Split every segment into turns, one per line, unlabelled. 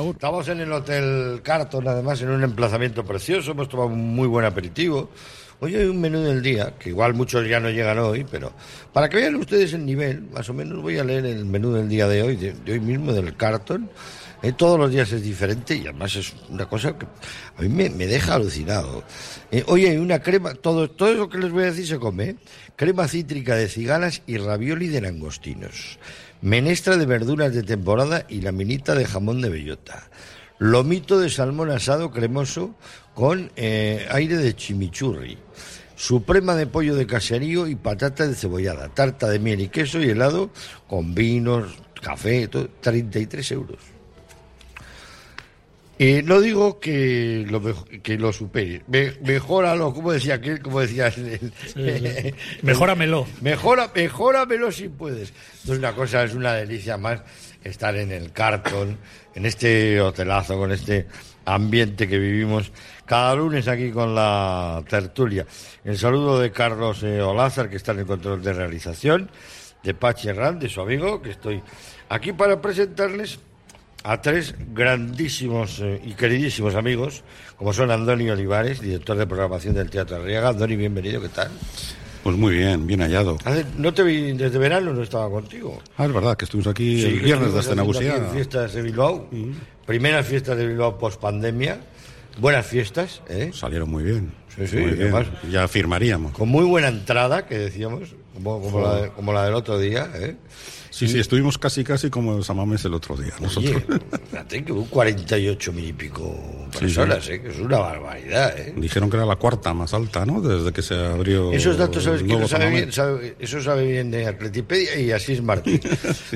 Estamos en el Hotel Carton, además, en un emplazamiento precioso. Hemos tomado un muy buen aperitivo. Hoy hay un menú del día, que igual muchos ya no llegan hoy, pero para que vean ustedes el nivel, más o menos voy a leer el menú del día de hoy, de, de hoy mismo, del Carton. Eh, todos los días es diferente y además es una cosa que a mí me, me deja alucinado. Eh, hoy hay una crema, todo, todo lo que les voy a decir se come, ¿eh? crema cítrica de cigalas y ravioli de langostinos menestra de verduras de temporada y laminita de jamón de bellota. Lomito de salmón asado cremoso con eh, aire de chimichurri. Suprema de pollo de caserío y patata de cebollada. Tarta de miel y queso y helado con vinos, café, todo, 33 euros. Eh, no digo que lo, mejo- que lo supere. Me- mejóralo, como decía aquel, como decía el- el-
Mejóramelo.
Mejora, mejóramelo si puedes. Es una cosa, es una delicia más estar en el cartón, en este hotelazo, con este ambiente que vivimos cada lunes aquí con la tertulia. El saludo de Carlos eh, Olázar, que está en el control de realización, de Pachi Herrán, de su amigo, que estoy aquí para presentarles a tres grandísimos eh, y queridísimos amigos, como son Andoni Olivares, director de programación del Teatro Arriaga. Andoni, bienvenido, ¿qué tal?
Pues muy bien, bien hallado.
Hace- no te vi desde verano, no estaba contigo.
Ah, es verdad que estuvimos aquí
Sí,
el viernes de Mm.
estuvimos haciendo aquí en
Astenagusia.
Fiestas de Bilbao, primeras fiestas de Bilbao post pandemia, buenas fiestas, ¿eh?
Salieron muy bien.
Sí, sí,
muy bien.
además-
Ya firmaríamos.
con muy buena entrada que decíamos, como, como la, de- como la del otro día, ¿eh?
Sí, sí, estuvimos casi, casi como los amames el otro día. Nosotros.
Oye, fíjate que hubo 48 mil y pico
sí.
personas, ¿eh? Que es una barbaridad, ¿eh?
Dijeron que era la cuarta más alta, ¿no? Desde que se abrió.
Esos datos, ¿sabes
el
quién
nuevo
lo sabe
Samamés.
bien? Sabe- eso sabe bien de Atletipedia y Asís Martín.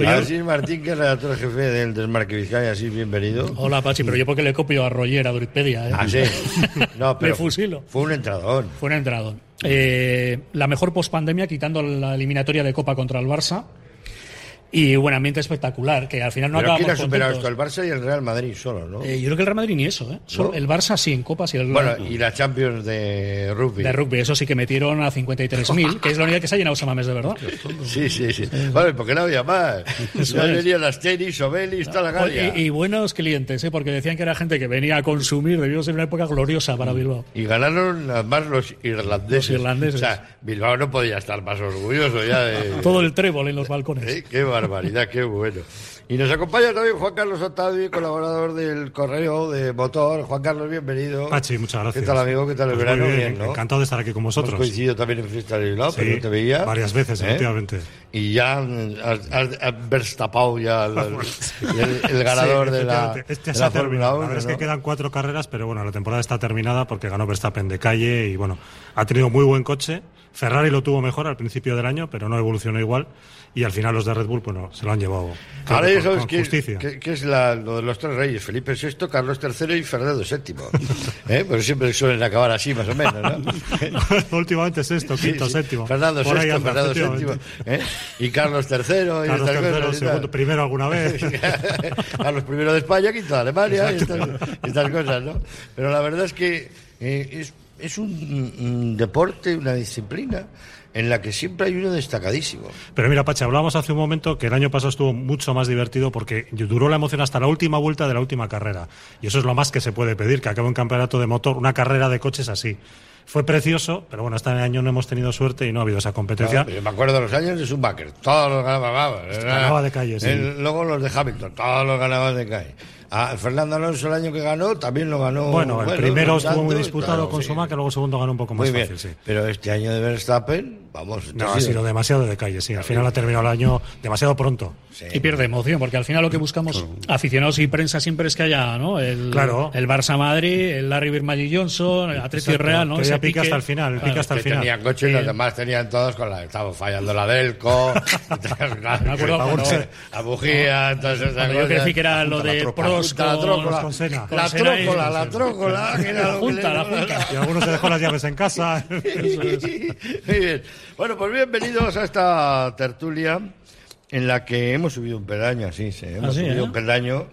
Asís Martín, que es redactor jefe del Desmarque Vizcaya. Asís, bienvenido.
Hola, Pachi, pero yo porque le copio a Roger a Wikipedia. ¿eh?
Ah, sí. No, pero
Me fusilo.
Fue un entradón.
Fue un entrado. Eh, la mejor pospandemia, quitando la eliminatoria de Copa contra el Barça. Y buen ambiente espectacular, que al final no Eh,
pero
acabamos
¿quién ha superado esto? El Barça y el Real Madrid solo, ¿no?
yo creo que el Real Madrid ni eso, ¿eh? Solo
¿No?
El Barça sí en Copa, sí el
bueno, y la Champions de rugby.
de rugby. Eso sí que metieron a 53.000, que es la única que se ha llenado Samames de verdad.
Sí, sí, sí. Vale, porque no había más.
Eso
Ya
es.
venían las tenis, Obelis, tal la
Y,
Galia.
y buenos clientes, ¿eh? porque decían que era gente que venía a consumir, debió ser una época gloriosa para Bilbao.
Y ganaron además los irlandeses.
Los irlandeses.
O sea, Bilbao no podía estar más orgulloso ya de...
Todo el trébol en los balcones.
¿Eh? Qué barbaridad, qué bueno. Y nos acompaña también Juan Carlos Otavi, colaborador del Correo de Motor. Juan Carlos, bienvenido.
Pachi, Ah, muchas gracias.
¿Qué tal, amigo? ¿Qué tal el
Pues
verano?
muy
Bien,
bien,
¿no?
Encantado de estar aquí con
Hemos
vosotros.
coincidido también en Fiesta de Bilbao,
Sí,
pero no te veía.
varias veces,
¿Eh?
efectivamente.
Y ya mm, has, has- has verstapado ya el, el- el ganador
Sí,
de la,
efectivamente. Este
de
se
la
ha terminado.
Fórmula 1.
La verdad es
¿no?
que quedan cuatro carreras, pero bueno, la temporada está terminada porque ganó Verstappen de calle y bueno, ha tenido muy buen coche. Ferrari lo tuvo mejor al principio del año, pero no evolucionó igual. Y al final los de Red Bull, bueno, se lo han llevado creo
Ahora
que
ya
con,
sabes
con
que,
justicia.
que- que es la- lo de los tres reyes, Felipe VI, Carlos III y Fernando VII. ¿Eh? Pero siempre suelen acabar así, más o menos, ¿no?
Últimamente sexto,
Sí,
quinto,
sí.
séptimo.
Fernando
Por ahí
VI,
anda,
Fernando VII.
efectivamente.
¿eh? Y Carlos III. y
Carlos
estas
tercero,
cosas y tal.
segundo, primero alguna vez.
a los primeros de España, quinto de Alemania, y estas, estas cosas, ¿no? Pero la verdad es que eh, es, es un, un deporte, una disciplina en la que siempre hay uno destacadísimo.
Pero mira, Pache, hablábamos hace un momento que el año pasado estuvo mucho más divertido porque duró la emoción hasta la última vuelta de la última carrera. Y eso es lo más que se puede pedir, que acabe un campeonato de motor, una carrera de coches así. Fue precioso, pero bueno, este año no hemos tenido suerte y no ha habido esa competencia.
Yo me acuerdo de los años de Schumacher, todos los ganaban.
Ganaba de calle, sí.
Eh, Luego los de Hamilton, todos los ganaban de calle. A Fernando Alonso el año que ganó también lo ganó.
Bueno, el primero estuvo
tanto,
muy
y
disputado
claro,
con
sí.
Suma, que luego el segundo ganó un poco más
Muy bien,
fácil, sí.
pero este año de Verstappen, vamos, este esto
No, ha sido demasiado de calle, sí. Al final ha terminado el año demasiado pronto.
sí.
Y pierde emoción, porque al final lo que buscamos aficionados y prensa siempre es que haya ¿no? el,
Claro.
el Barça Madrid, el Larry Bird Magic Johnson, el Atleti
Exacto,
Real, ¿no?
que
Ese
ya pique
pique.
hasta el final, el pique
Claro.
hasta el
que
final.
tenían coche y los demás tenían todos con la estaba fallando la Delco
Me acuerdo cuando-
la bujía entonces
Cuando yo crecí que era lo
Junta la
de
tropa,
Pros
la trócola,
con Sena.
la
Con Sena y-
trócola, la trócola, que era lo que
Junta,
le-
la junta.
Y algunos se dejó las llaves en casa.
Muy bien. Bueno, pues bienvenidos a esta tertulia en la que hemos subido un peldaño, sí, sí, hemos
Ah, sí,
subido
¿eh?
un peldaño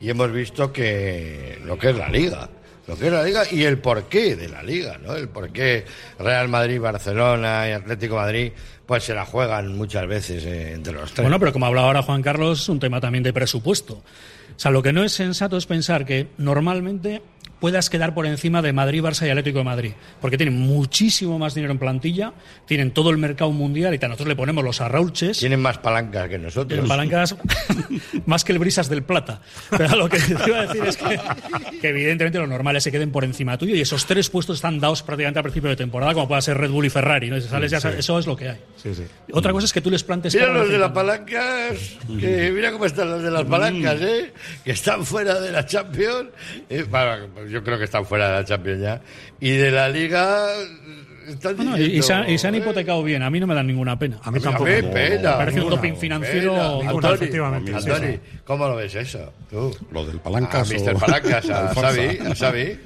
y hemos visto que lo que es la liga. lo que es la liga y el porqué de la liga, ¿no? El porqué Real Madrid, Barcelona y Atlético Madrid, pues se la juegan muchas veces eh, entre los tres.
Bueno, pero como hablaba ahora Juan Carlos, un tema también de presupuesto. O sea, lo que no es sensato es pensar que normalmente puedas quedar por encima de Madrid, Barça y Atlético de Madrid, porque tienen muchísimo más dinero en plantilla, tienen todo el mercado mundial y tal. nosotros le ponemos los arrauches.
Tienen más palancas que nosotros.
Tienen palancas más que el Brisas del Plata. Pero lo que te iba a decir es que, que evidentemente los normales se queden por encima tuyo y esos tres puestos están dados prácticamente al principio de temporada, como pueda ser Red Bull y Ferrari. ¿no? Y sales, ya sabes, Eso es lo que hay.
Sí, sí.
Otra cosa es que tú les plantes.
Mira los de las palancas, que mira cómo están los de
Mm.
las palancas, ¿eh? Que están fuera de la Champions. eh, para- yo creo que están fuera de la Champions ya. Y de la Liga. Están eh,
No, no, y, y se han, y se han hipotecado bien, a mí no me dan ninguna pena.
A mí tampoco.
Me pena,
parece un
ninguna,
doping financiero
pena,
brutal,
Antoni,
efectivamente,
Antoni,
sí, sí.
¿cómo lo ves eso? Tú.
Lo del
A
Palancas. o-
Mr. Ah, Palancas, ah, a
Alfonso.
Xavi, a Xavi.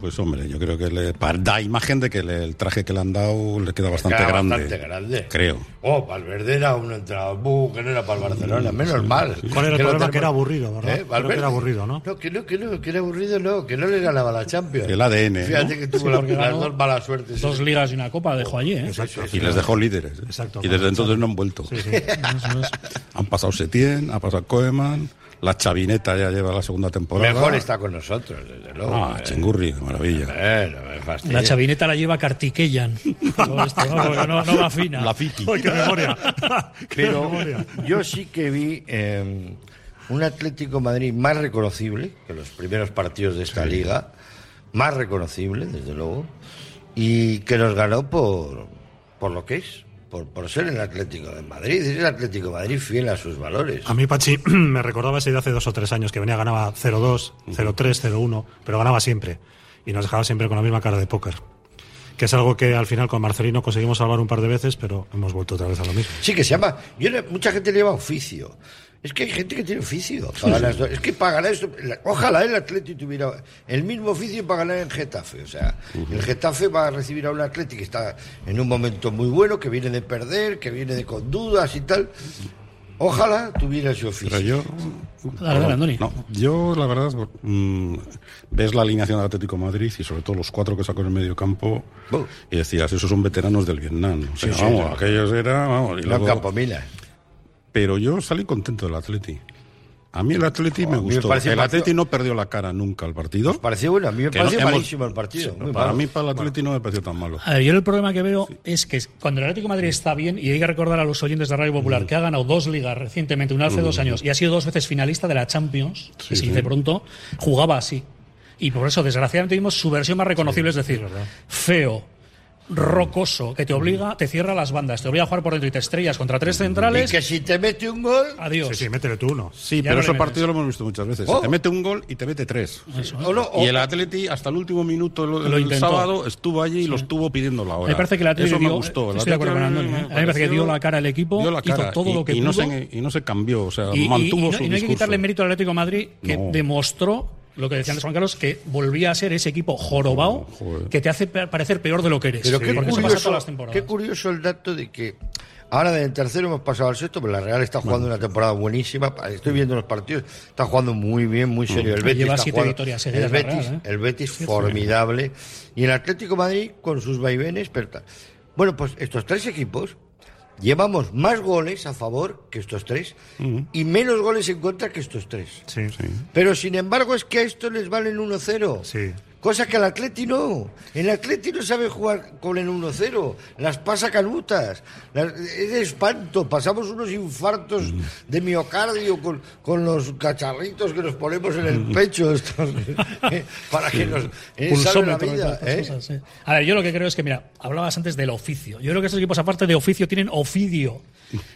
Pues hombre, yo creo que le pa- da imagen de que le- el traje que le han dado le queda bastante
Era
grande.
bastante grande.
Creo.
Oh, Valverde era un entrado buh, que no era para el Barcelona, menos mal.
¿Cuál era el
lo
problema?
tenemos-
Que era aburrido, ¿verdad? Creo que
¿Eh? Valverde.
era aburrido, ¿no?
No, que no, que no, que era aburrido, no, que no le ganaba la Champions.
El ADN, ¿no?
Fíjate que
Sí,
tuvo la-
porque
las
ganó
dos malas suertes.
Dos ligas y una copa dejó allí, ¿eh?
Y les dejó líderes. ¿eh?
Exacto,
y desde
claro.
entonces no han vuelto.
Eso es.
Han pasado Setién, ha pasado Koeman, la Chavineta ya lleva la segunda temporada.
Mejor está con nosotros, desde luego.
Ah,
eh.
Chingurri, maravilla.
Eh, no me fastidies.
La chavineta la lleva Kartikeyan. Todo esto, No, Porque no, no va fina.
La Fiti.
¡Qué memoria! ¡Qué
Pero
memoria!
yo sí que vi eh, un Atlético Madrid más reconocible que los primeros partidos de esta liga, más reconocible, desde luego, y que nos ganó por, por lo que es, por, por ser el Atlético de Madrid. Es el Atlético de Madrid fiel a sus valores.
A mí Pachi me recordaba ese de hace dos o tres años que venía, ganaba 0-2, 0-3, 0-1, pero ganaba siempre. Y nos dejaba siempre con la misma cara de póker. Que es algo que al final con Marcelino conseguimos salvar un par de veces, pero hemos vuelto otra vez a lo mismo.
Sí, que se llama. Yo, le- mucha gente le llama oficio. Es que hay gente que tiene oficio. para ganar esto. es que para ganar esto. la- Ojalá el Atleti tuviera el mismo oficio para ganar en Getafe. O sea, el Getafe va a recibir a un Atleti que está en un momento muy bueno, que viene de perder, que viene de con dudas y tal. Ojalá tuviera ese oficio.
Pero yo.
Dale, dale, Andoni.
No, yo, la verdad, mm, ves la alineación del Atlético de Madrid y sobre todo los cuatro que sacó en el medio campo
Bu.
y decías, esos son veteranos del Vietnam. O sea,
Sí, sí,
vamos,
claro.
aquellos eran. Vamos, y
No
luego-
Campominas.
pero yo salí contento del Atleti. A mí el Atleti me
a mí me
gustó.
parece
el
mal-
Atleti no perdió la cara nunca al partido.
Pareció bueno, a mí me
Que no-
pareció
hemos-
malísimo el partido.
Sí,
muy
para
malo.
mí, para el Atleti no me pareció tan malo.
A ver, yo el problema que veo es que cuando el Atlético de Madrid está bien, y hay que recordar a los oyentes de Radio
Mm.
Popular que ha ganado dos ligas recientemente, una hace dos años, y ha sido dos veces finalista de la Champions, que se dice pronto, jugaba así. Y por eso, desgraciadamente, vimos su versión más reconocible, es decir, feo, rocoso, que te obliga, te cierra las bandas, te obliga a jugar por dentro y te estrellas contra tres
Mm.
Y
centrales.
que si te mete un gol,
Adiós.
Sí, sí, métele tú uno.
Sí,
Ya
pero
no le
ese
metes.
partido lo hemos visto muchas veces.
Oh.
Te mete un gol y te mete tres.
o no, o-
Y el Atleti hasta el último minuto el,
Lo
el
intentó.
sábado estuvo allí y lo estuvo pidiendo la hora.
A mí me parece que el Atlético
Eso me
dio-
gustó. El
estoy de acuerdo con
Atleti
Andoni, ¿eh? A mí me parece
pareció-
que dio la cara al equipo,
dio la
hizo
cara,
todo
y,
lo que
y no
pudo.
se, y no se cambió, o sea,
Y, y-
mantuvo
y no,
su
y no hay que
discurso.
quitarle mérito al Atlético de Madrid, que
No.
demostró lo que decía antes Juan Carlos, que volvía a ser ese equipo jorobado
Joder.
que te hace pe- parecer peor de lo que eres.
Pero qué,
porque eso pasa todas las
curioso,
temporadas.
qué curioso el dato de que ahora del tercero hemos pasado al sexto, pero la Real está jugando una temporada buenísima. Estoy viendo los partidos, está jugando muy bien, muy serio. El
Mm. Lleva
Betis está
siete
jugando-
victorias
el
seguidas la
Betis,
Real, ¿eh?
el Betis formidable. Y el Atlético de Madrid con sus vaivenes, pero tal. Bueno, pues estos tres equipos llevamos más goles a favor que estos tres
Mm.
y menos goles en contra que estos tres.
Sí, sí.
Pero sin embargo es que a esto les valen 1-0.
Sí.
Cosa que al Atleti no. El Atleti no sabe jugar con el 1-0. Las pasa canutas. Las- es de espanto. Pasamos unos infartos
Mm.
de miocardio con, con los cacharritos que nos ponemos en el
Mm.
pecho estos, eh, para que nos eh, salve la
Pulsómetro y
vida.
todas estas
¿eh?
cosas, sí. A ver, yo lo que creo es que, mira, hablabas antes del oficio. Yo creo que estos equipos, aparte de oficio, tienen ofidio.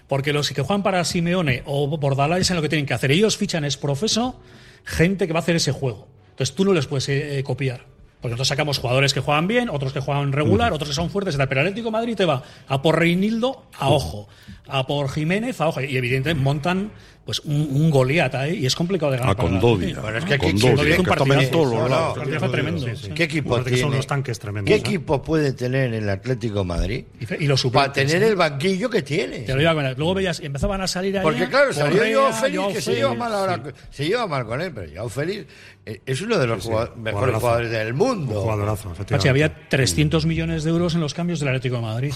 Porque los que juegan para Simeone o Bordalás saben lo que tienen que hacer. Ellos fichan es profeso gente que va a hacer ese juego. Entonces tú no les puedes eh, copiar. Porque nosotros sacamos jugadores que juegan bien, otros que juegan regular, otros que son fuertes, y tal. Pero el Atlético de Madrid te va a por Reinildo, a ojo, a por Jiménez, a ojo. Y evidentemente montan pues un, un Goliat ahí y es
Ah,
complicado de ganar.
A
para la
Condovia.
Atlético.
Bueno, es que
Ah, Con
aquí
¿eh?
Doria,
Doria es un
que está
partidazo.
en todos los
No,
lados.
no,
Partido fue tremendo, sí.
¿Qué equipo
Aparte que
tiene?
son unos tanques tremendos.
¿Qué
¿eh?
equipo puede tener el Atlético de Madrid?
Y fe- Y los
Para
suplentes.
tener
¿eh?
el banquillo que tiene.
Te lo iba a comentar. Luego veías, empezaban a salir ahí.
Porque claro, salió
Correa,
Joao Félix,
Joao
que se lleva
Félix,
mal ahora.
sí.
Se lleva mal con él, pero Joao Félix eh, es uno de los jugado- mejores
jugadorazo.
jugadores del
Un
mundo.
jugadorazo, efectivamente.
Pachi, había 300 millones de euros en los cambios del Atlético de Madrid.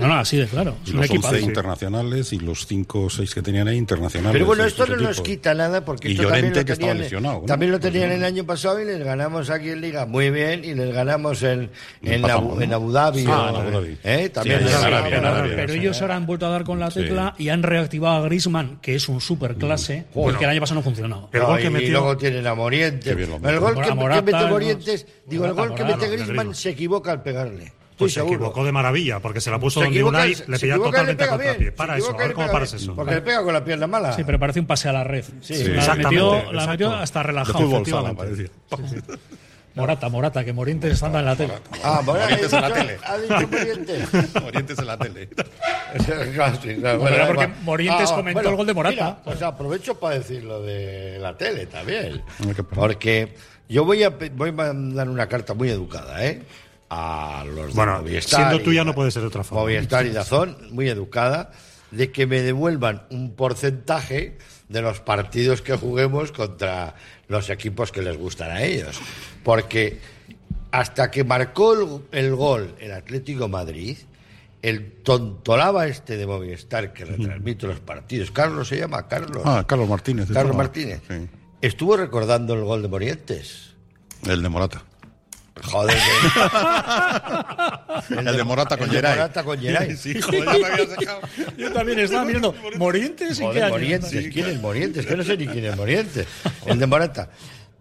No, no, así de claro. Es
Y
un
los 11
equipazo.
internacionales y los 5 o 6 que tenían ahí internacionales.
Pero bueno,
de
esto no
este
nos
tipo.
quita nada porque
Y
esto
Llorente,
también lo
que estaba
tenían,
lesionado, ¿no? Pues
también lo tenían el año pasado y les ganamos aquí en Liga muy bien y les ganamos en, en,
Empatamos,
Abu,
¿no?
en Abu Dhabi.
Ah,
o-
en Abu Dhabi.
¿eh? También
Sí,
les
en
ganamos.
Arabia, en Arabia.
Pero ellos ahora han vuelto a dar con la
Sí.
tecla y han reactivado a Griezmann, que es un super clase,
Mm.
porque el año pasado no funcionaba.
El gol
No,
que
y
metió-
luego tienen a Morientes.
Qué bien lo
El gol que,
metió.
que
Morata,
mete
¿no?
Morientes, digo, el
Morata,
gol que
Morata,
mete
lo que
Griezmann
digo.
se equivoca al pegarle. Estoy
Pues se
seguro.
equivocó de maravilla, porque se la puso
Se
donde
equivoca,
Unai
se
le
equivoca
pilla
y le
totalmente a
pega
contrapié.
bien,
Para
se
eso, a
equivoca y
ver
le
cómo
pega
paras
bien,
eso.
Porque le pega con la pierna mala.
Sí, pero parece un pase a la red.
Sí,
la metió,
exactamente,
la
exacto.
metió hasta
De
relajado.
fútbol sala,
efectivamente.
parece.
Morata, Morata, que Morientes está en la tele.
Ah, bueno, ha
Morientes en la
dicho-
tele.
Ha dicho Morientes.
Orientes en la tele.
Claro, sí, claro,
Bueno, era
da
porque
igual. Ah,
Morientes comentó el gol de Morata.
mira, pues aprovecho para decir lo de la tele también.
Ay, qué pena.
Porque yo voy a, pe- voy a mandar una carta muy educada, ¿eh? A los de
Bueno,
Movistar
siendo
y-
tuya no puede ser de otra forma.
Movistar y Dazón, muy educada, de que me devuelvan un porcentaje de los partidos que juguemos contra los equipos que les gustan a ellos. Porque hasta que marcó el, el gol el Atlético Madrid, el tontolaba este de Movistar que retransmite los partidos. Carlos se llama Carlos.
Ah, Carlos Martínez. de
Carlos
Zona.
Martínez.
Sí.
Estuvo recordando el gol de Morientes.
El de Morata.
Joder. que-
El de Morata
el
con
de
Geray.
Morata con Geray.
Sí, joder, ya me habías dejado.
Yo también estaba mirando Morientes y qué
Joder,
año?
Morientes, ¿quién es Morientes? Que no sé ni quién es Morientes. El de Morata.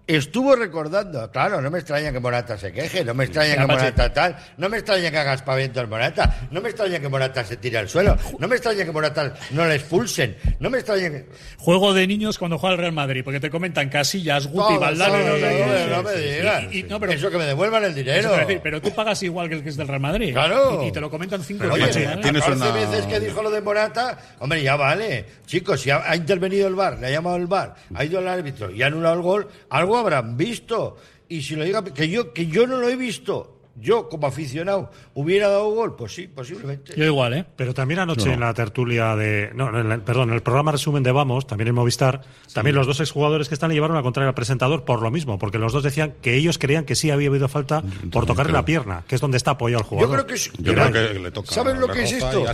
Estuvo recordando, claro, no me extraña que Morata se queje, no me extraña que
Apache.
Morata tal, no me extraña que haga espaviento al Morata, no me extraña que Morata se tire al suelo, no me extraña que Morata no le expulsen, no me extraña que...
Juego de niños cuando juega el Real Madrid, porque te comentan Casillas, Guti,
Todo,
Valdano.
todo,
no sé qué.
todo, no me digas.
Y- y- no, pero-
Eso que me devuelvan el
Eso te
dinero.
iba a decir, pero tú pagas igual que el que es del Real Madrid.
Claro.
Y, y te lo comentan cinco
Pero,
veces.
Oye,
¿eh?
tiene- tienes
14
una-
veces que dijo lo de Morata, hombre, ya vale. Chicos, si ha, ha intervenido el VAR, le ha llamado el VAR, ha ido el árbitro y ha anulado el gol, algo habrán visto. Y si lo diga, que yo, que yo no lo he visto, yo como aficionado, hubiera dado gol, pues sí, posiblemente.
Yo igual, ¿eh?
Pero también anoche en la tertulia de. No, en la- perdón, en el programa resumen de Vamos, también en Movistar, también los dos exjugadores que están le llevaron a contraria al presentador por lo mismo, porque los dos decían que ellos creían que sí había habido falta por tocarle
creo.
la pierna, que es donde está apoyado el
Yo
jugador.
creo que es-
Yo
Mira,
creo que Eh, le toca.
¿Sabes lo que es esto?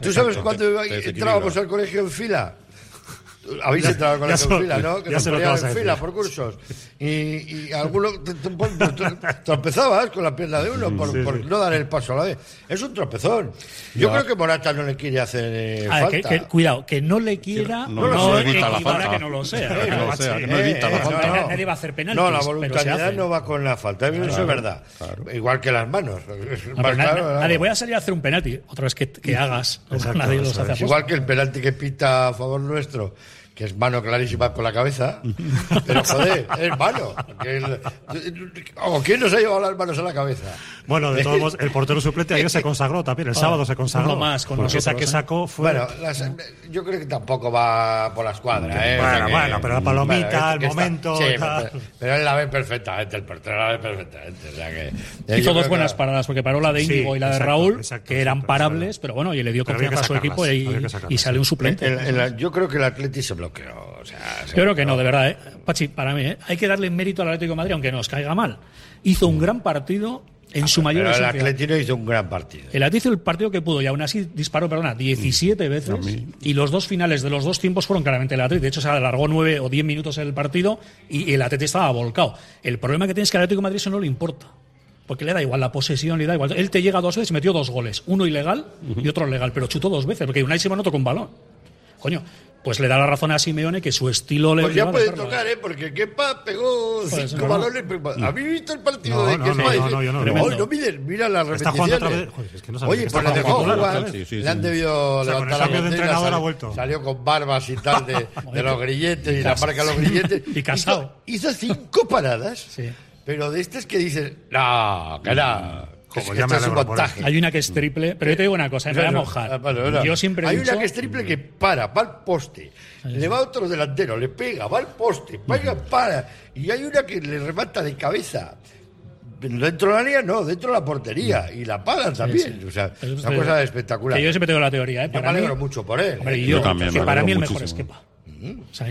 ¿Tú sabes cuando entrábamos al colegio en fila? Habéis entrado al
ya
colegio en
sé-
fila, ¿no? Que
ya
nos
sé lo que
ponían
vas a
en
decir.
fila por cursos. Y, y alguno te, te- pues, te- tropezabas con la pierna de uno por,
Sí, sí.
por no dar el paso a la vez. Es un tropezón. Yo creo que Morata no le quiere hacer eh,
A
Ah,
ver, Ah, que-
falta.
que- cuidado, que no le quiera,
No
no,
lo
sé,
evita la
equivale
falta.
a que no lo sea.
Que
Pues
no lo sea,
macho,
que no
eh,
evita la
eh,
falta.
no, Nadie va a hacer penaltis.
No, la
pero se
voluntariedad
hace.
no va con la falta. Eso es verdad. Igual que las manos. Es
No,
más
pero na-
claro,
na-
vamos.
nadie, voy a salir a hacer un penalti. Otra vez que, que hagas. nadie los hace a
Es
posta.
Pues igual que el penalti que pita a favor nuestro, que es mano clarísima con la cabeza. Pero joder, es mano. que el- ¿O quién nos ha llevado las manos a la cabeza?
Bueno, de todos modos, el portero suplente ayer se consagró también, el sábado se
Ah,
consagró.
uno más con
Porque
nosotros,
esa que
¿eh?
sacó fue.
Bueno, las- yo creo que tampoco va por la escuadra. ¿eh?
Bueno,
O sea que-
bueno, pero la palomita, el
que está-
momento,
sí,
tal.
pero, pero él la ve perfectamente, el portero la ve perfectamente. O sea que, eh, yo
Hizo
creo
dos
que-
buenas paradas, porque paró la de
Sí,
Íñigo y la de
exacto,
Raúl,
exacto,
que eran
exacto,
parables,
exacto.
pero bueno, y le dio
Pero había que
confianza a su equipo
sacarlas, había
y,
que sacarlas,
y sale un
El-
suplente.
el- yo creo que el Atleti se bloqueó. O sea, se
Yo creo que
bloqueó.
no, de verdad, ¿eh? Pachi, para mí, ¿eh? hay que darle mérito al Atlético de Madrid, aunque nos caiga mal. Hizo un gran partido en su mayor
Ah, Pero el
ausencia.
Atleti no hizo un gran partido.
El Atleti hizo el partido que pudo y aún así disparó, perdona, 17 veces. Y los dos finales de los dos tiempos fueron claramente el Atleti. De hecho, se alargó 9 o 10 minutos el partido y el Atleti estaba volcado. El problema que tiene es que al Atlético de Madrid eso no le importa. Porque le da igual la posesión, le da igual. Él te llega dos veces y metió dos goles. Uno ilegal y otro legal, pero chutó dos veces. Porque Unai Simón no tocó un balón. Coño, pues le da la razón a Simeone que su estilo le
Pues ya
lleva a
puede
dejarlo.
tocar, ¿eh? Porque Kepa pegó
Pues,
cinco
no, no.
balones. pero- ¿Habéis visto el partido
Mm. No,
de
no,
Kepa?
no,
Dice,
no, no, yo no lo
"Ay,
veo".
no miren, mira las
Está jugando
repeticiones.
otra vez. Joder, es que no sabes
Oye,
que está
pues le
jugando
dejó
con
jugar.
Tuchel,
¿eh? Sí, sí,
le
sí.
han debido
O sea, con
levantar la
el cambio de
bandera,
entrenador ha
salió-
vuelto.
Salió con barbas y tal de, de los grilletes y la marca de los grilletes.
Y casado.
Hizo, hizo cinco paradas.
Sí.
Pero de estas que dices, no, que no.
Como
Es que
ya
esto
me
es un
alegro por
montaje.
Hay una que es triple, pero yo te digo una cosa, me voy a
Bueno,
mojar.
ah, vale, vale.
Yo siempre he
Hay
dicho- Mm. Ah,
una que es triple que para, va al poste, le va a otro delantero, le pega, va al poste, pega, para. Y hay una que le remata de cabeza. Dentro de la área, no, dentro de la portería.
Mm.
Y la pagan también. O sea,
Eso
una
Pues es-
cosa espectacular.
Que yo
yo
siempre tengo la teoría, ¿eh?
me
Para mí-
alegro mucho por él.
Hombre,
¿eh?
y
Yo
yo,
también,
que
me
para mí el
alegro
mejor es
muchísimo.
Kepa. O sea,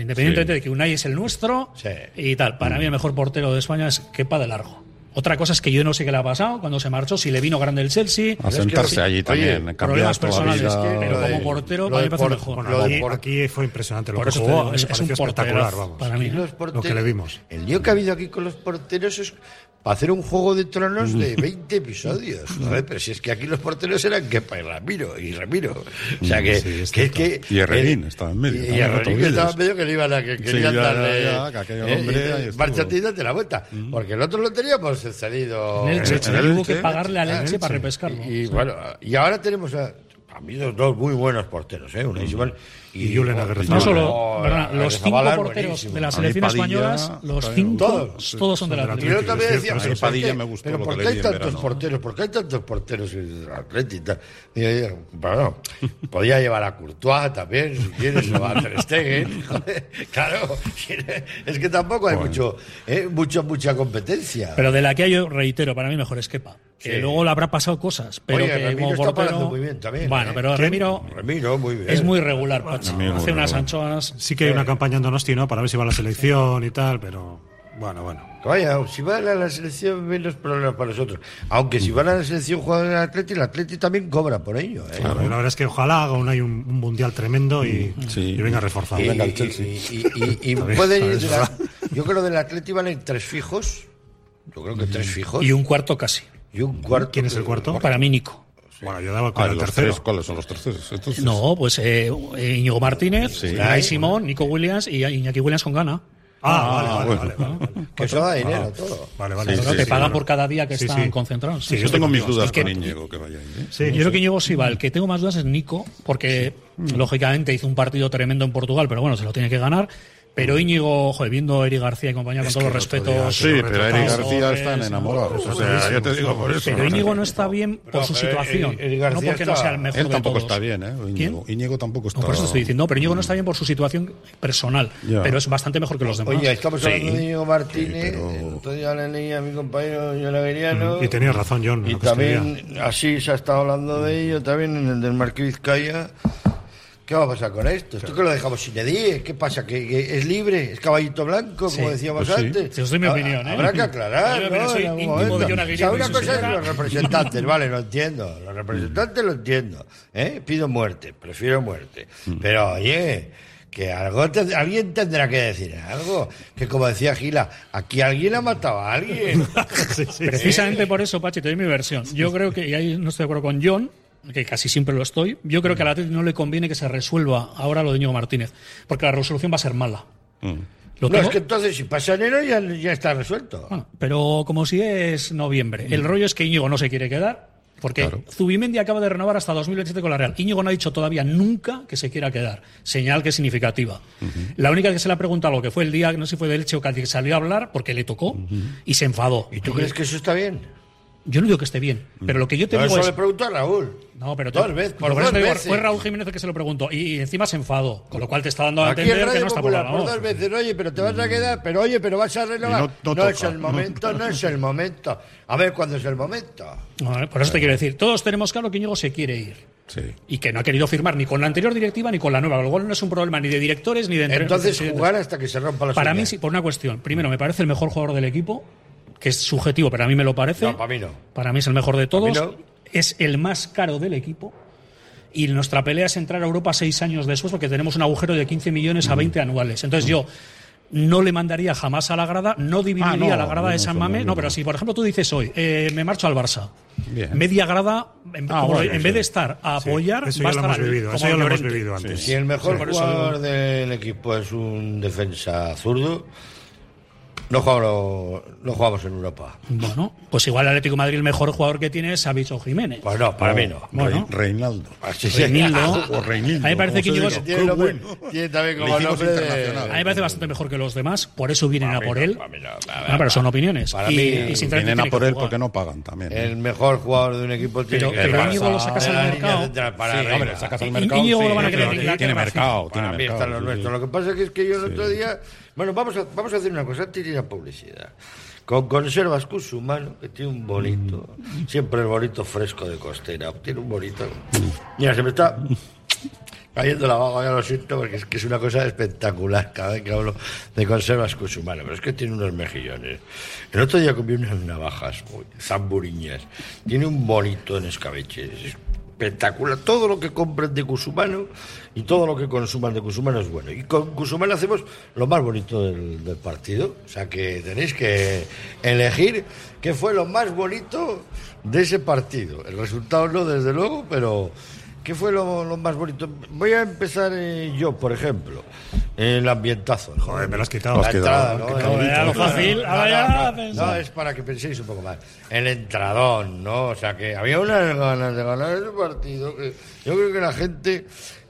Sí.
independientemente de que Unai es el nuestro
Sí.
y tal, para mí el mejor portero de España es Kepa de largo. Otra cosa es que yo no sé qué le ha pasado cuando se marchó, si le vino grande el Chelsea,
Ah,
A sentarse
sí.
allí
Oye,
también, cambiar
problemas
toda la
personales,
vida.
es que
pero
lo de-
como portero
lo
para mí
de
me parece
por-
mejor.
lo
Bueno,
de
aquí,
por-
aquí fue impresionante lo
Por
que
eso te
jugó.
digo,
me
es, es
pareció
un
espectacular,
portero
vamos.
para mí.
Los
Lo que le vimos.
El lío que ha habido aquí con los porteros es para hacer un juego de tronos de 20 episodios. Joder, pero si es que aquí los porteros eran Kepa y Ramiro, y Ramiro. O
Mm,
sea que,
Sí, es
que, es
cierto.
que-
Y Herrerín
el-
estaba en medio,
Y, y
también,
Herrerín que
Rodríguez.
estaba en medio que le iban a que querían
ya, ya,
darle.
ya, que aquel
eh,
hombre
eh,
ahí estuvo.
márchate y date la vuelta. Porque el otro lo teníamos salido.
En el Chelsea,
en el
hubo que
Elche,
pagarle al
en el
Elche para
Elche.
repescarlo.
Y, y bueno, y ahora tenemos a, a mí dos, dos muy buenos porteros, ¿eh? Una Ismael
Y Julen Agurrezabala.
No solo,
Oh,
perdona, los cinco
Agurrezabala es
porteros
buenísimo.
de la
mí
selección
Padilla,
española, los
también,
cinco,
todos,
todos, son de la
Y el
Atlético.
Atlético.
otro día
es
decía,
cierto,
pero,
ese Padilla
¿por qué-
me gustó
pero
lo
¿por
que
qué
le
hay
vi en
tantos
verano.
porteros? ¿Por qué hay tantos porteros en Atleti y tal? Y yo digo, bueno, podía llevar a Courtois también, si quieres, o a Ter Stegen. claro, es que tampoco hay mucho, eh, mucho, mucha competencia.
Pero de la que hay, yo reitero, para mí mejor es Kepa. Que
Sí.
luego le habrá pasado cosas, pero
Oye,
que
Ramiro
como
está
portero-
parando muy bien también,
Bueno,
¿eh?
pero
¿Quién?
Ramiro
Ramiro, muy bien.
es muy regular, Pachi.
Ramiro,
Hace unas
regular.
anchoas.
Sí que hay una campaña en Donosti, ¿no? Para ver si va a la selección y tal, pero bueno, bueno.
Vaya, si van a la selección, menos problemas para nosotros. Aunque si van a la selección jugadores del Atleti, el Atleti también cobra por ello. ¿eh?
Pero La verdad es que ojalá haga un, hay un, un mundial tremendo y,
Sí.
y Pues venga reforzado.
Y,
Venga,
y-
el Chelsea.
y- y- y- y pueden ir de la- yo creo del Atleti van a ir tres fijos. Yo creo que tres fijos.
Y un cuarto casi.
y un cuarto.
¿Quién es el
que-
cuarto?
Para mí, Nico.
Bueno, yo daba con
Ah,
el
los
tercero.
tres, ¿Cuáles son los terceros? Entonces,
No, pues eh, eh, Íñigo Martínez, Unai Simón, Nico Williams y Iñaki Williams con gana.
Ah, vale, vale,
bueno.
vale, vale,
Que eso da dinero todo.
vale. vale,
Sí,
Claro,
sí,
te
sí,
pagan
bueno.
por cada día que
Sí,
están
sí.
concentrados.
Sí,
Sí,
Yo
sí.
tengo mis dudas
Es que-
con Íñigo que vaya ahí. ¿eh?
Sí,
Yo creo que Íñigo sí va. El que tengo más dudas es Nico, porque mm, lógicamente hizo un partido tremendo en Portugal, pero bueno, se lo tiene que ganar. Pero Íñigo, joder, viendo a Eri García y compañía, con todos los
el otro día
respetos.
Sí, pero Eric
Pasos,
García están
es-
enamorados. O sea, yo te digo por eso.
Pero Íñigo no está bien por
No,
su
pero
situación.
Eri- Eri
no
García
porque no
está-
sea el mejor
Él
de
tampoco
todos.
está bien, ¿eh? Íñigo, Íñigo tampoco está.
No, por eso estoy diciendo, pero Íñigo no está bien por su situación personal,
Ya.
pero es bastante mejor que los demás.
Oye, estamos hablando de Íñigo Martínez.
Sí, pero-
El otro día le leí a mi compañero Yolageriano.
Y tenías razón, John.
Y
lo que escribía.
también, así se ha estado hablando de ello también en el del Marqués Vizcaya. ¿Qué va a pasar con esto? ¿Esto que lo dejamos sin edie? ¿Qué pasa? ¿Que, que es libre? ¿Es caballito blanco, como
Sí.
decíamos
Pues sí.
antes?
Sí, eso es mi
Ha-
opinión, ¿eh?
Habrá que aclarar,
Yo
¿no?
también soy
En algún
íntimo de
momento.
John Aguirre
O sea,
y
una
su
cosa es
señora.
los representantes, vale, lo entiendo. Los representantes lo entiendo. ¿eh? Pido muerte, prefiero muerte.
Mm.
Pero, oye... Que algo te- alguien tendrá que decir algo. Que como decía Gila, aquí alguien ha matado a alguien.
Sí, sí, sí.
Precisamente por eso, Pachi, te doy mi versión. Yo creo que, y ahí no estoy de acuerdo con John, que casi siempre lo estoy, yo creo que al Atlético no le conviene que se resuelva ahora lo de Íñigo Martínez, porque la resolución va a ser mala. Lo
No,
tengo-
es que entonces si pasa enero ya, ya está resuelto.
Bueno, pero como si es noviembre. El rollo es que Íñigo no se quiere quedar, porque Zubimendi acaba de renovar hasta 2027 con la Real. Íñigo no ha dicho todavía nunca que se quiera quedar. Señal que es significativa. La única que se le ha preguntado lo que fue el día, no sé si fue del Che o Cádiz, que salió a hablar porque le tocó y se enfadó.
¿Y tú crees que eso está bien?
Yo no digo que esté bien, pero lo que yo te
No,
digo
eso
es...
le pregunto a Raúl.
No, pero tú-
dos veces, por
pero
dos
eso te digo,
veces.
Fue Raúl Jiménez el que se lo preguntó y, y encima se enfadó, con lo cual te está dando a
Aquí en
entender que
Radio
no está por la Mm.
Popular, por
labor.
dos veces, oye, pero te vas a quedar, pero oye, pero vas a renovar.
Y
No,
no- no toca.
es el momento, no es el momento. A ver cuándo es el momento.
No, eh, Por eso te quiero decir, todos tenemos claro que Íñigo se quiere ir
Sí.
y que no ha querido firmar ni con la anterior directiva ni con la nueva. Lo cual no es un problema ni de directores ni de entrenadores.
Entonces jugar hasta que se rompa la
Para
señal.
mí, sí, por una cuestión. Primero, me parece el mejor jugador del equipo, que es subjetivo, pero a mí me lo parece.
No, para mí no.
Para mí es el mejor de todos.
Para mí no.
Es el más caro del equipo. Y nuestra pelea es entrar a Europa seis años después, porque tenemos un agujero de 15 millones a 20 anuales. Entonces yo no le mandaría jamás a la grada, no dividiría
Ah, no,
la grada
no,
de
no,
San
no,
Mamés.
no,
No,
no.
pero si, por ejemplo, tú dices hoy, eh, me marcho al Barça.
Bien.
Media grada, en,
Ah,
como-
bueno,
en
sí.
vez de estar a apoyar,
Eso
va a
ya lo
estar
hemos
al-
vivido,
como
eso ya lo hemos
Llorente.
vivido antes.
Si el mejor
Sí, por eso
jugador del equipo es un defensa zurdo, No jugamos, no jugamos en Europa.
Bueno, pues igual el Atlético de Madrid el mejor jugador que tiene es Savich o Jiménez.
Pues no, para mí no.
Bueno.
Re- Reinaldo.
Pues
Así sí.
Reinildo.
O Reinildo,
A mí me parece
como
que
se
Íñigo-
diga.
Tiene, nombre- tiene también como
Dijimos
nombre de-
internacional.
a mí me parece bastante mejor que los demás, por eso vienen a
mí
por
no,
él.
para mí no, para-
Ah, pero son opiniones.
para
y,
mí
y sinceramente
Vienen a
tiene
por
que
él
jugar.
porque no pagan también. ¿eh?
El mejor jugador de un equipo tiene
Pero-
que ser
pero
Barça,
Íñigo lo sacas
de
al
la línea
mercado.
central para
Sí,
arriba.
hombre, sacas al
Y-
mercado.
Íñigo lo van a
sí,
querer
tiene-
en la
Tiene
Inglaterra,
mercado, tiene
Para mí
mercado.
están los
sí,
nuestros. Lo que pasa que es que yo el otro día. Bueno, vamos a, vamos a hacer una cosa antes de ir a publicidad. Con conservas Cusumano, que tiene un bonito. Siempre el bonito fresco de costera. Tiene un bonito. Mira, se me está cayendo la baba, ya lo siento, porque es que es una cosa espectacular cada vez que hablo de conservas Cusumano. Pero es que tiene unos mejillones. El otro día comí unas navajas, uy, zamburiñas. Tiene un bonito en escabeches. Es espectacular. Todo lo que compren de Cusumano y todo lo que consuman de Cusumano es bueno. Y con Cusumano hacemos lo más bonito del, del partido. O sea que tenéis que elegir qué fue lo más bonito de ese partido. El resultado no, desde luego, pero ¿qué fue lo, lo más bonito? Voy a empezar eh, yo, por ejemplo. El ambientazo. ¿no?
Joder, me lo has quitado.
La
Has quedado,
entrada,
qué
¿no?
cabrón.
Joder, a lo fácil.
No,
ahora ya
no, no,
pensé.
no, es para que penséis un poco más. El entradón, ¿no? O sea, que había unas ganas de ganar ese partido. Que yo creo que la gente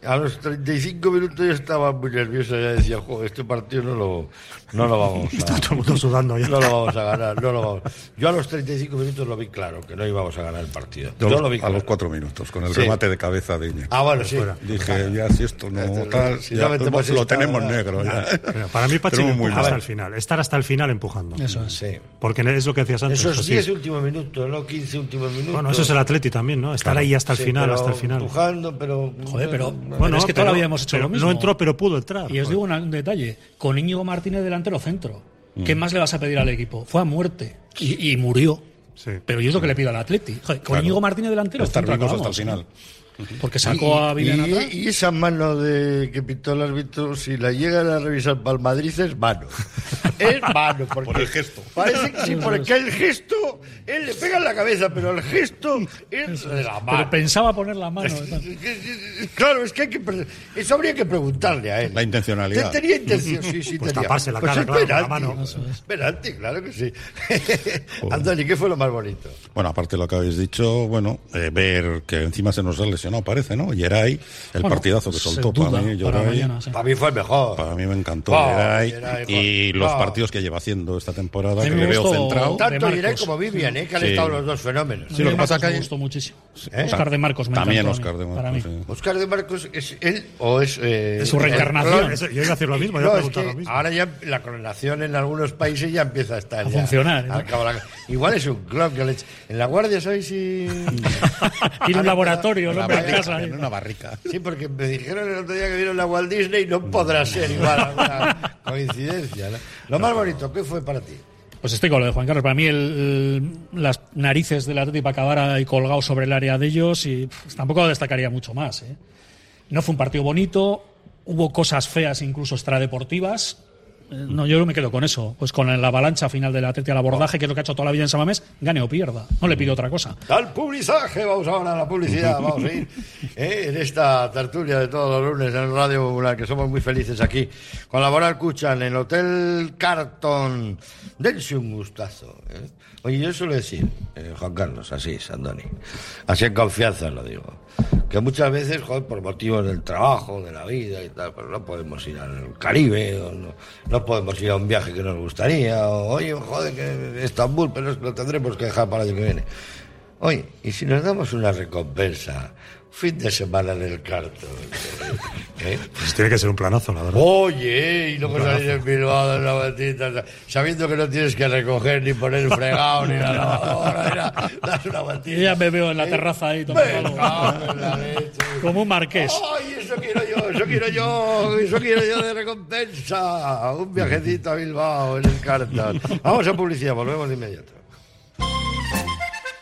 a los 35 minutos ya estaba muy nerviosa. Ya decía, "Jo, este partido no lo, no lo vamos a...
Todo el mundo sudando ya.
No lo vamos a ganar, no lo vamos. Yo a los 35 minutos lo vi claro, que no íbamos a ganar el partido. Yo,
Yo
lo vi
A
claro.
los cuatro minutos, con el
Sí.
remate de cabeza de Iñaki.
Ah, bueno, sí.
Dije, ya si esto
Este,
no tal,
si
ya
no metemos
pues,
lo
esta-
tenemos negro. ya.
Pero Para mí, Pachi
Pero muy
empuja hasta
mal.
el final. Estar hasta el final empujando.
Eso es.
Sí.
Porque es lo que decías antes.
Esos
José.
10 últimos minutos, no 15 últimos minutos.
Bueno, eso es el Atleti también, ¿no? Estar ahí hasta el
Sí,
final,
pero
hasta el final.
Empujando, pero.
Joder, pero-
Bueno,
Es que toda la vida hemos hecho
pero
lo mismo.
No entró, pero pudo entrar.
Y os digo una- un detalle, con Íñigo Martínez delantero centro, ¿qué
Mm.
más le vas a pedir al equipo? Fue a muerte y, y murió.
Sí.
Pero yo es lo que le pido al Atleti. Joder,
Mm.
con
Claro.
Íñigo Martínez delantero
Estar
centro
vivos hasta el
acabamos,
final.
¿eh? Porque sacó a Villan atrás.
y, y esa mano de que pintó el árbitro, si la llegan a revisar para el Madrid, es mano. Es mano. Porque
Por el gesto.
Parece que sí, porque el gesto, él le pega en la cabeza, pero el gesto es de la mano.
Pero pensaba poner la mano.
Claro, es que hay que. pre- Eso habría que preguntarle a él.
La intencionalidad.
¿Te- tenía intención, sí, sí,
Pues
tenía.
taparse la cara,
es
claro, con la
penalti.
mano.
Penalti, claro que sí. Andoni, ¿qué fue lo más bonito?
Bueno, aparte de lo que habéis dicho, bueno, eh, ver que encima se nos ha lesionado, parece, ¿no? Yeray, el
Bueno,
partidazo que
se
soltó
duda
para mí,
para
Yeray,
mañana, sí.
Para mí fue el mejor.
para mí me encantó
Oh,
Yeray,
Yeray,
y
oh.
los
Oh.
partidos que lleva haciendo esta temporada,
A mí
que
me
le veo
gustó-
centrado.
Ta-
Tanto
de
Irene
Marcos.
como Vivian, ¿eh? que han
Sí.
estado los dos fenómenos.
Sí, lo que pasa
Marcos
que hay-
me gustó muchísimo.
¿Eh?
Oscar de Marcos me
También
encantó a mí,
Oscar de Marcos,
Para mí.
sí.
Oscar de Marcos es él o es. eh,
Es su
el-
reencarnación.
el-
Eso- Yo iba a decir lo mismo, yo
No,
iba a
es
preguntar
que
lo mismo.
ahora ya la clonación en algunos países ya empieza a estar
A
ya
funcionar, ¿eh? ¿no?
al cabo de la- Igual es un clon que le echa- En la guardia, ¿sabéis si.?
Tiene un laboratorio, el
Una
hombre en
barrica,
casa.
en una barrica.
Sí, porque me dijeron el otro día que vieron la Walt Disney, no podrá ser igual alguna coincidencia. ¿no? Lo más bonito, ¿qué fue para ti?
Pues estoy con lo de Juan Carlos. Para mí, el- las narices del Atleti para acabar ahí colgado sobre el área de ellos y pff, tampoco destacaría mucho más. ¿eh? No fue un partido bonito, hubo cosas feas, incluso extradeportivas. Eh, No, yo me quedo con eso. Pues con la avalancha final del Atleti al abordaje, que es lo que ha hecho toda la vida en Samamés, gane o pierda. No le pido otra cosa.
Al publizaje, vamos ahora a la publicidad, vamos a ir eh, en esta tertulia de todos los lunes en Radio Popular, que somos muy felices aquí. Colaborar, Cuchan en el Hotel Carton. Dense un gustazo. eh. Oye, yo suelo decir, eh, Juan Carlos, así es, Andoni, así en confianza lo digo, que muchas veces, joder, por motivos del trabajo, de la vida y tal, pues no podemos ir al Caribe, o no, no podemos ir a un viaje que nos gustaría, o oye, joder, que Estambul, pero es que lo tendremos que dejar para el año que viene. Oye, ¿y si nos damos una recompensa? Fin de semana en el cartón. ¿eh?
Pues tiene que ser un planazo, la verdad.
Oye, y luego salir en Bilbao de la vueltita, sa- sabiendo que no tienes que recoger ni poner el fregado, ni la lavadora, ni nada. Das una vueltita.
Yo ya me veo en la
¿eh?
terraza ahí tomando
Me
algo.
cago en la leche.
Como un marqués.
¡Ay, eso quiero yo! ¡Eso quiero yo! ¡Eso quiero yo de recompensa! Un viajecito a Bilbao en el cartón. Vamos a publicidad, volvemos de inmediato.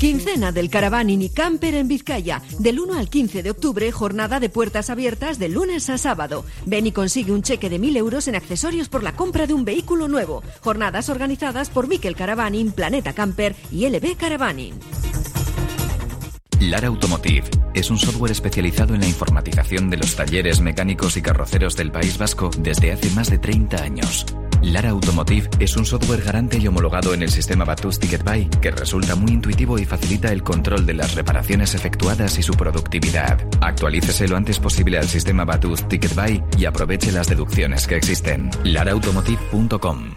15
Cena del Caravan y Camper en Vizcaya. Del 1 al 15 de octubre, jornada de puertas abiertas de lunes a sábado. Ven y consigue un cheque de 1.000 euros en accesorios por la compra de un vehículo nuevo. Jornadas organizadas por Miquel Caravanin, Planeta Camper y LB Caravanin.
Lara Automotive es un software especializado en la informatización de los talleres mecánicos y carroceros del País Vasco desde hace más de 30 años. Lara Automotive es un software garante y homologado en el sistema Batus Ticket Buy que resulta muy intuitivo y facilita el control de las reparaciones efectuadas y su productividad. Actualícese lo antes posible al sistema Batus Ticket Buy y aproveche las deducciones que existen. laraautomotive.com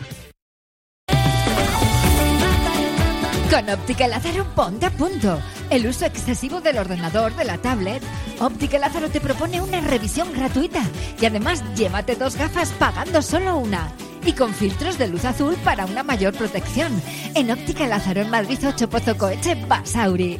Con Óptica Lázaro ponte a punto. El uso excesivo del ordenador, de la tablet. Óptica Lázaro te propone una revisión gratuita y además llévate dos gafas pagando solo una. Y con filtros de luz azul para una mayor protección. En Óptica Lázaro en Madrid 8 Pozo Coeche Basauri.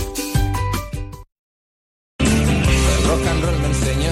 Rock and roll me enseñó.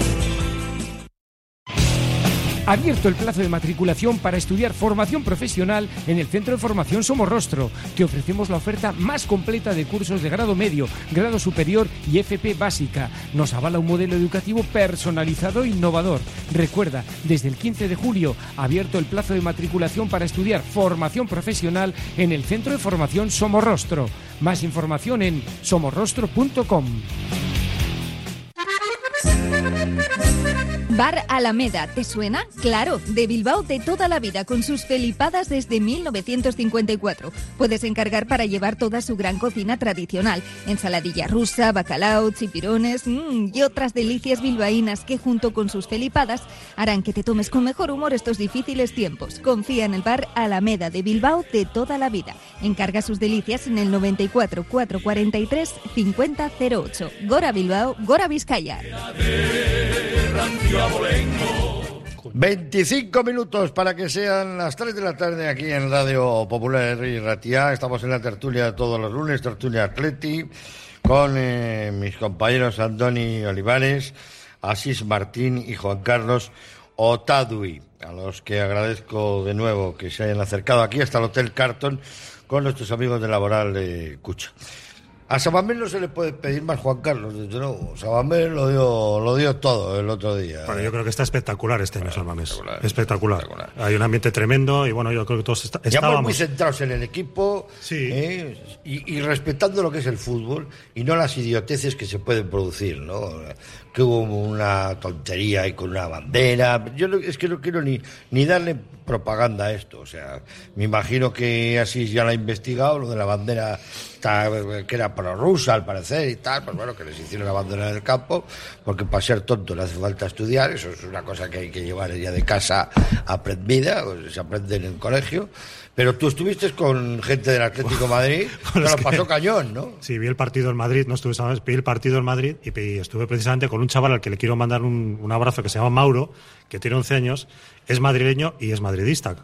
Abierto el plazo de matriculación para estudiar formación profesional en el Centro de Formación Somorrostro. Te ofrecemos la oferta más completa de cursos de grado medio, grado superior y FP básica. Nos avala un modelo educativo personalizado e innovador. Recuerda, desde el 15 de julio, abierto el plazo de matriculación para estudiar formación profesional en el Centro de Formación Somorrostro. Más información en somorrostro.com.
Bar Alameda, ¿te suena? Claro, de Bilbao de toda la vida, con sus felipadas desde 1954. Puedes encargar para llevar toda su gran cocina tradicional, ensaladilla rusa, bacalao, chipirones mmm, y otras delicias bilbaínas que junto con sus felipadas harán que te tomes con mejor humor estos difíciles tiempos. Confía en el Bar Alameda de Bilbao de toda la vida. Encarga sus delicias en el 94 443 5008. Gora Bilbao, Gora Vizcaya.
25 minutos para que sean las 3 de la tarde aquí en Radio Popular y Ratia. Estamos en la tertulia de todos los lunes, tertulia Atleti, con eh, mis compañeros Andoni Olivares, Asís Martín y Juan Carlos Otadui, a los que agradezco de nuevo que se hayan acercado aquí hasta el Hotel Carton con nuestros amigos de Laboral eh, Cucha. A Sabamés no se le puede pedir más Juan Carlos, desde luego. Sabamés lo dio, lo dio todo el otro día.
Bueno, yo creo que está espectacular este año, Salmames. Espectacular. Hay un ambiente tremendo y bueno, yo creo que todos est-
Ya
estábamos.
muy centrados en el equipo ¿eh? y, y respetando lo que es el fútbol y no las idioteces que se pueden producir, ¿no? Que hubo una tontería y con una bandera. Yo no- es que no quiero ni, ni darle propaganda a esto. O sea, me imagino que así ya la ha investigado, lo de la bandera ta- que era prorrusa al parecer y tal, pues bueno, que les hicieron la bandera del campo, porque para ser tonto no hace falta estudiar, eso es una cosa que hay que llevar ya de casa aprendida, o se aprende en el colegio. Pero tú estuviste con gente del Atlético de Madrid, te
Con los
lo
que-
pasó cañón, ¿no?
Sí, vi el partido en Madrid, no estuve, ¿sabes? Vi el partido en Madrid y pe- estuve precisamente con un chaval al que le quiero mandar un, un abrazo que se llama Mauro, que tiene 11 años, es madrileño y es madridista.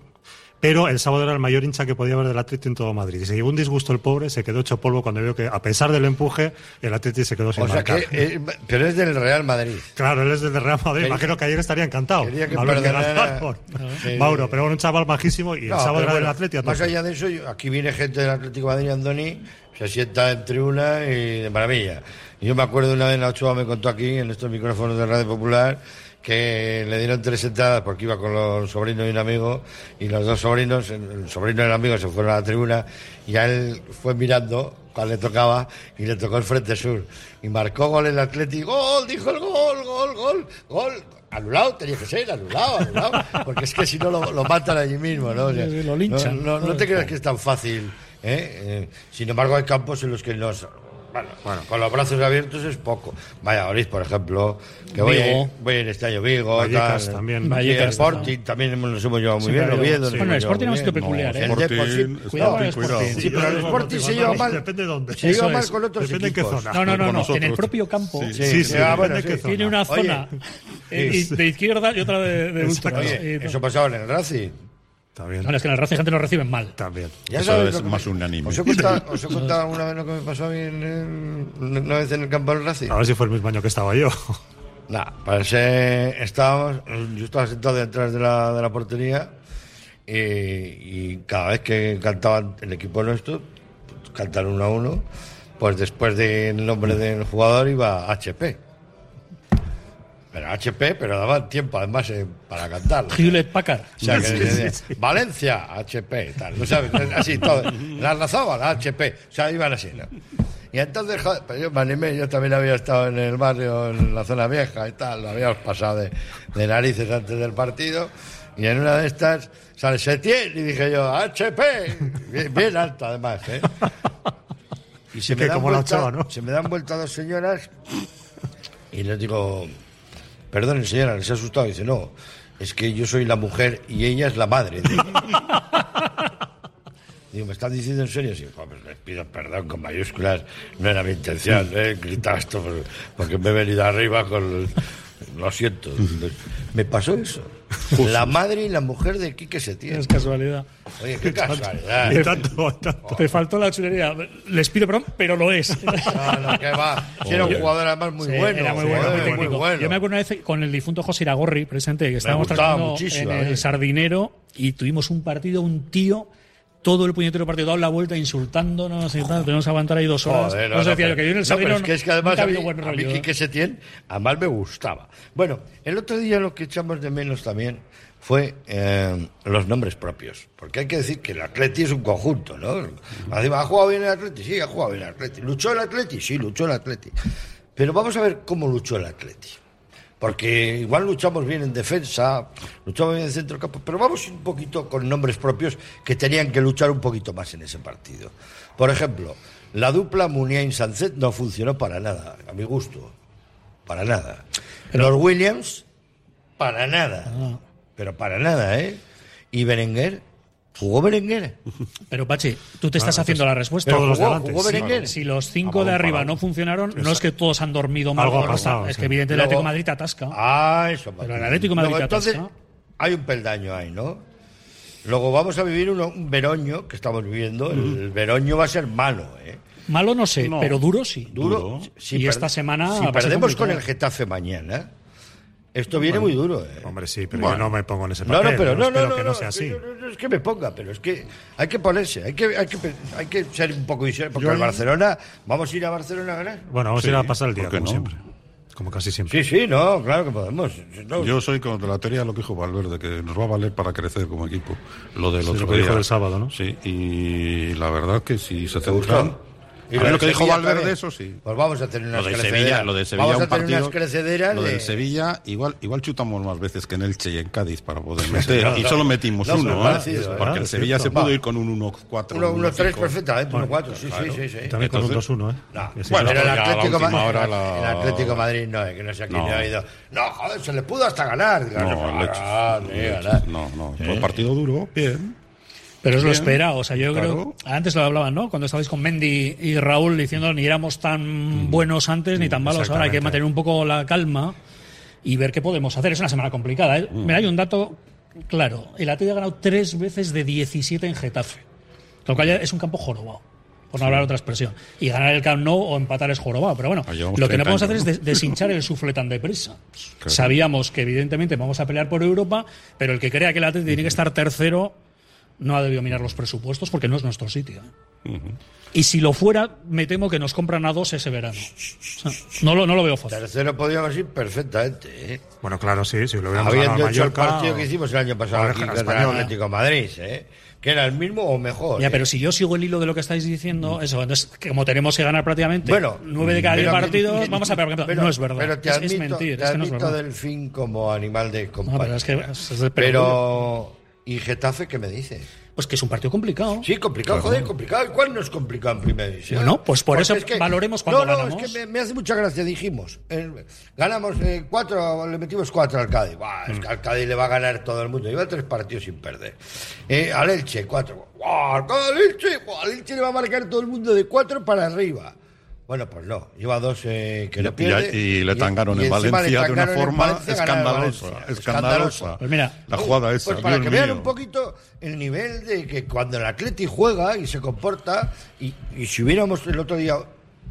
Pero el sábado era el mayor hincha que podía haber del Atleti en todo Madrid. Y se llevó un disgusto el pobre, se quedó hecho polvo cuando vio que, a pesar del empuje, el Atleti se quedó sin
O sea que,
marcar.
eh, pero es del Real Madrid.
Claro, él es del Real Madrid. Imagino que ayer estaría encantado.
Quería que
Mauro, que
perdonara-
ganaron.
Sí.
Mauro, pero bueno, un chaval majísimo y
No,
el sábado
pero
era del
bueno,
Atleti. a
Más
tope.
allá de eso, yo- aquí viene gente del Atlético de Madrid, Andoni, se sienta en tribuna y de maravilla. Y Yo me acuerdo una vez, la Ochoa me contó aquí, en estos micrófonos de Radio Popular, que le dieron tres entradas porque iba con los sobrinos y un amigo, y los dos sobrinos, el sobrino y el amigo se fueron a la tribuna, y a él fue mirando cuál le tocaba, y le tocó el Frente Sur. Y marcó gol el Atlético, gol, dijo el gol, gol, gol, gol. Anulado, tenía que ser, anulado, anulado, porque es que si no lo, lo matan allí mismo, ¿no? O sea,
Lo linchan.
No, no- no te creas que es tan fácil. ¿eh? Eh, sin embargo, hay campos en los que nos. Bueno, bueno, con los brazos abiertos es poco. Valladolid, por ejemplo, que voy a, ir,
Vigo.
voy a ir este año Vigo.
Vallecas
tal.
también.
Y el
Vallecas
Sporting también nos hemos llevado muy
Sí,
bien.
pero-
Oviedo, nos
sí.
hemos
Bueno, el
llevado
Sporting
muy
es
bien.
peculiar, ¿eh?
El
Sporting,
Depor, sí.
cuidado con el
Sporting,
Sporting.
Sí, pero el Sporting se lleva mal.
Depende de dónde.
Se lleva
Eso
mal
es.
con otros
Depende en qué
equipos.
zona.
No, no,
Con
no, no.
nosotros.
en el propio campo
Sí, sí, sí,
Ah,
depende
bueno,
de qué
sí.
zona.
tiene una
Oye,
zona eh,
sí.
y de izquierda y otra de, de ultras.
Oye,
Y-
eso pasaba en el Racing.
También.
No, es que en el Racing gente lo reciben mal.
También.
Ya
Eso
sabes
es
lo que-
más unánime.
Os he contado, os he contado una vez lo que me pasó a mí en, en- una vez en el campo del Racing.
A
Ah.
ver si fue el mismo año que estaba yo.
Nah, pues eh, estábamos, yo estaba sentado detrás de la, de la portería eh, y cada vez que cantaban el equipo nuestro, cantaron uno a uno, pues después del nombre
Mm.
del jugador iba HP. Pero HP, pero daban tiempo además eh, para cantar.
Hewlett Packard.
O sea, que
Sí,
decía,
sí, sí.
Valencia, HP, tal, no sabes, así todo. La arrasaban, HP, o sea, iban así, ¿no? Y entonces, joder, pues yo me animé, yo también había estado en el barrio, en la zona vieja y tal, lo habíamos pasado de, de narices antes del partido, y en una de estas sale Setién, y dije yo, HP, bien, bien alta además, ¿eh? Y se
Que
me, dan
como la
vuelta-
ochava, ¿no?
se me dan vuelta dos señoras y les digo, Perdón, señora, les he asustado. Dice, no, es que yo soy la mujer y ella es la madre. Digo, Digo, ¿me estás diciendo en serio? Sí, "Joder, pues les pido perdón con mayúsculas. No era mi intención, ¿eh? Gritar esto por- porque me he venido arriba con... los- Lo siento. Me pasó eso. La madre y la mujer de Quique Setién.
Es casualidad.
Oye, qué casualidad.
Y tanto, tanto.
Te faltó la chulería. Les pido perdón, pero lo es.
No, no, que va. Si era un jugador además muy
Sí,
bueno.
era muy
un
bueno,
jugador
muy técnico. Yo me acuerdo una vez con el difunto José Iragorri, presente, que estábamos
gustaba
trabajando
muchísimo,
en
eh.
el Sardinero y tuvimos un partido, un tío, todo el puñetero partido dado la vuelta insultándonos y tal. Tenemos que aguantar ahí dos horas.
Joder,
Entonces
no,
decía
no,
yo que yo en el
no, pero
Sardinero
es que, es que además
nunca ha
a mí,
habido buen
a mí
rollo, ¿eh?
Quique Setién, además me gustaba. Bueno, el otro día lo que echamos de menos también fue eh, los nombres propios. Porque hay que decir que el Atleti es un conjunto, ¿no? Además, ¿ha jugado bien el Atleti? Sí, ha jugado bien el Atleti. ¿Luchó el Atleti? Sí, luchó el Atleti. Pero vamos a ver cómo luchó el Atleti. Porque igual luchamos bien en defensa, luchamos bien en centro campo, pero vamos un poquito con nombres propios que tenían que luchar un poquito más en ese partido. Por ejemplo, la dupla Muniain-Sancet no funcionó para nada, a mi gusto. Para nada. Los Williams, para nada.
Ah.
Pero para nada, ¿eh? Y Berenguer, ¿jugó Berenguer?
Pero Pachi, tú te estás
Bueno,
haciendo
pues,
la respuesta.
Pero
Todos los de
jugó,
adelante,
jugó
sí,
Berenguer.
Pues Si los cinco de arriba no funcionaron, no es que todos han dormido mal.
Algo ha
por-
pasado,
Es
sí.
que evidentemente el
Luego-
Atlético de Madrid te atasca.
Ah, eso.
Pero el Atlético de Madrid
Luego,
que atasca.
entonces, hay un peldaño ahí, ¿no? Luego vamos a vivir uno- un veroño que estamos viviendo. El veroño va a ser malo, ¿eh?
Malo no sé,
No.
pero duro sí.
Duro.
Duro.
Y
per-
esta semana va
Si
a ser
perdemos con
complicado.
el Getafe mañana, esto viene muy duro, ¿eh?
Hombre, sí, pero
Bueno.
yo no me pongo en ese
No,
papel.
no, pero no, no,
espero
no,
que no,
no,
sea
que
así.
yo- no, no, es que me ponga, pero es que hay que ponerse, hay que, hay que, pe- hay que ser un poco visionario, porque
Yo-
el Barcelona, vamos a ir a Barcelona a ganar.
Bueno, vamos
Sí,
a ir a pasar el día,
¿por qué
como
no?
siempre. Como casi siempre.
Sí, sí, no, claro que podemos. No,
Yo soy contra la teoría de lo que dijo Valverde, que nos va a valer para crecer como equipo. Lo del
Sí,
otro
lo que dijo
día.
el sábado, ¿no?
Sí, y la verdad que si se
¿Te gustó?
centran... A mí
de
lo que dijo
Sevilla
Valverde,
también.
eso sí.
Pues vamos a tener unas
Lo de
crecederas.
Sevilla, lo de Sevilla
vamos
un
a tener
partido,
unas crecederas
lo
de-
del Sevilla igual igual chutamos más veces que en Elche y en Cádiz para poder meter y solo metimos
No, es
uno, ¿eh?
parecido, ¿eh?
porque
Ah,
el
es
Sevilla se
cierto.
pudo
Va.
ir con un 1-4,
uno, uno, tres
1-5.
perfectamente, uno cuatro, sí, sí, sí, sí.
También
Entonces-
con un 2-1, ¿eh?
No,
Que sí,
bueno,
bueno,
pero el
ya la
Atlético,
última
Ma-
hora la-
el Atlético Madrid no, eh, que no sé a quién
No.
le ha ido. No, joder, se le pudo hasta ganar. Ganar,
No, Leche.
ganar, ganar.
No, no, fue partido duro, bien.
Pero es lo
Bien,
esperado. O sea, yo
claro.
creo. Antes lo hablaban, ¿no? Cuando estabais con Mendy y Raúl diciendo ni éramos tan buenos antes ni tan malos ahora. Hay que
exactamente.
mantener un poco la calma y ver qué podemos hacer. Es una semana complicada. ¿eh? Mira, hay un dato claro. El Atlético ha ganado tres veces de 17 en Getafe. Lo cual ya es un campo jorobado. Por no hablar otra expresión. Y ganar el Camp Nou o empatar es jorobado. Pero bueno,
Ah, llevamos
lo que
30
no podemos hacer
años,
es des-
¿no?
deshinchar el sufle tan deprisa. Sabíamos que, evidentemente, vamos a pelear por Europa, pero el que crea que el Atlético tiene que estar tercero no ha debido mirar los presupuestos porque no es nuestro sitio. ¿eh? Y si lo fuera, me temo que nos compran a dos ese verano. O sea, no, lo, no lo veo fácil.
Tercero podríamos ir perfectamente. ¿eh?
Bueno, claro, sí, si lo hubiéramos
Habiendo
ganado
hecho
al Mallorca,
el partido
o-
que hicimos el año
o
pasado
al
aquí
Español.
contra el Atlético de Madrid, ¿eh? que era el mismo o mejor.
Ya,
¿eh?
pero si yo sigo el hilo de lo que estáis diciendo, eso, entonces, como tenemos que ganar prácticamente
Bueno,
nueve de cada diez
pero-
partidos, vamos a ver, por ejemplo,
pero-
no es verdad.
Pero te
es, es
admito,
mentir,
te
es que no es
admito
verdad.
Delfín como animal de compañía.
No, pero es que es- es de
Pero, ¿y Getafe qué me dices?
Pues que es un partido complicado.
Sí, complicado,
Claro.
joder, complicado. ¿Y cuál no es complicado en primera división?
Bueno, pues por
Porque
eso valoremos cuando
no, no,
ganamos.
es que me, me hace mucha gracia, dijimos. eh, ganamos eh, cuatro, le metimos cuatro al Cádiz. Buah,
Mm.
es que al Cádiz le va a ganar todo el mundo. Lleva tres partidos sin perder. Eh, al Elche, cuatro. Buah, al Cádiz, al Elche, buah, al Elche le va a marcar todo el mundo de cuatro para arriba. Bueno, pues no. Lleva dos eh, que
Y-
no
y-
pierde.
y le tangaron en
encima le
Valencia de una
tangaron en
forma
Valencia, ganaron a
escandalosa,
Valencia.
escandalosa.
Pues mira,
La jugada
Pues
esa.
para
Dios
que vean
mío.
un poquito el nivel de que cuando el Atleti juega y se comporta, y, y si hubiéramos el otro día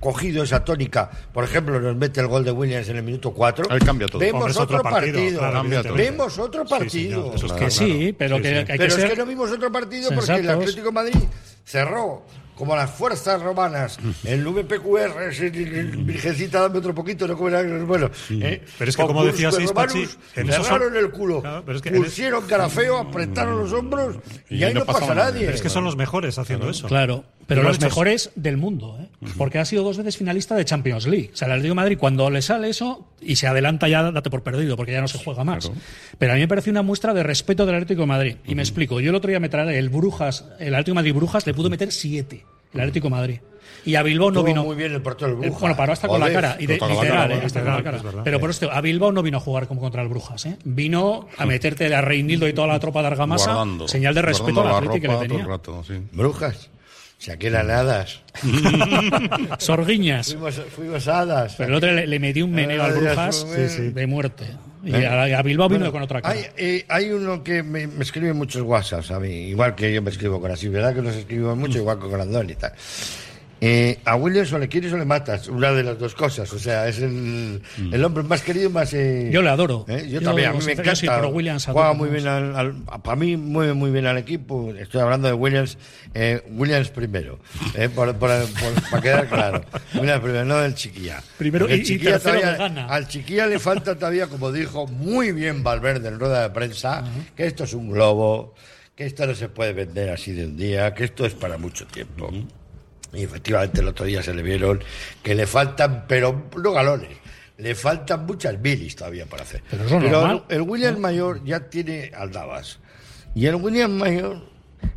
cogido esa tónica, por ejemplo, nos mete el gol de Williams en el minuto 4,
Ahí cambia todo.
vemos
Hombre, es
otro,
otro partido,
partido.
claro, Cambia todo.
vemos otro
Sí, señor,
partido.
eso es
que sí, pero que hay que
Pero es
ser-
que no vimos otro partido porque el
sensatos.
Atlético de Madrid cerró como las fuerzas romanas, el VPQR, ese- el Virgencita, dame otro poquito, no como era- bueno. ¿eh?
Pero es que como
Concurs
decías,
de
Ispachi,
Romanus,
en esos
cerraron
son-
el culo,
Claro, pero es que en es-
pusieron cara feo, apretaron los hombros y, ahí no pasa nadie.
Pero es que son los mejores haciendo eso.
Claro, pero
Y lo
los
han hecho-
mejores del mundo, ¿eh? porque ha sido dos veces finalista de Champions League. O sea, el Atlético de Madrid cuando le sale eso y se adelanta ya date por perdido, porque ya no se juega más. Pero a mí me parece una muestra de respeto del Atlético de Madrid. Y me explico, yo el otro día me traeré el Brujas, el Atlético de Madrid Brujas le pudo meter siete, el Atlético de Madrid. Y a Bilbao no
Estuvo
vino.
muy bien el partido del
El-
Brujas.
Bueno, paró hasta con la
Joder,
cara. Y de-
hasta con la
literal,
cara,
eh,
bueno,
hasta con la
literal,
cara.
es verdad.
Pero por esto, a Bilbao no vino a jugar como contra el Brujas. ¿eh? Vino a meterte a Reinildo y toda la tropa de Argamasa.
Guardando,
señal de respeto al
guardando la
Atlético que le
ropa todo
tenía.
el rato, sí.
Brujas, si aquí eran hadas.
Sorguiñas.
Fuimos, fuimos hadas.
Pero el otro le, le metió un meneo al
Ay, Dios
Brujas
mío. Ah, Sí, sí.
de muerte. Y
¿Eh?
a, a Bilbao vino
Bueno,
con otra cara.
Hay, eh, hay uno que me, me escribe muchos WhatsApps a mí, igual que yo me escribo con así, ¿verdad? Que nos escribimos
Mm.
mucho, igual que con Andón y tal. Eh, a Williams o le quieres o le matas, una de las dos cosas. O sea, es el, el hombre más querido, más. eh,
Mm. Yo le adoro.
¿eh? Yo,
Yo,
también, a mí
yo
me
soy
encanta.
pro Williams a
Juega
tope,
muy
vamos.
bien al, al- para mí mueve muy bien al equipo. Estoy hablando de Williams, eh, Williams primero, eh, por- por- por- para quedar claro. Williams primero, no del chiquilla.
Primero
Porque el
y- y
Chiquilla
tercero
todavía-
que gana.
Al chiquilla le falta todavía, como dijo muy bien Valverde en rueda de prensa, que esto es un globo, que esto no se puede vender así de un día, que esto es para mucho tiempo. Y efectivamente el otro día se le vieron que le faltan, pero no galones, le faltan muchas bilis todavía para hacer.
Pero eso es normal.
el, el William Mayor ya tiene aldabas. Y el William Mayor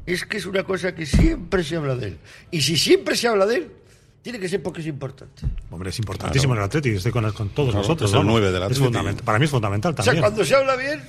es que es una cosa que siempre se habla de él. Y si siempre se habla de él, tiene que ser porque es importante.
Hombre, es importantísimo el Atlético. Estoy con, con todos
Claro,
vosotros.
es el
vamos.
nueve del
Es
Atleti.
fundamental- Para mí es fundamental
O sea,
también.
cuando se habla bien,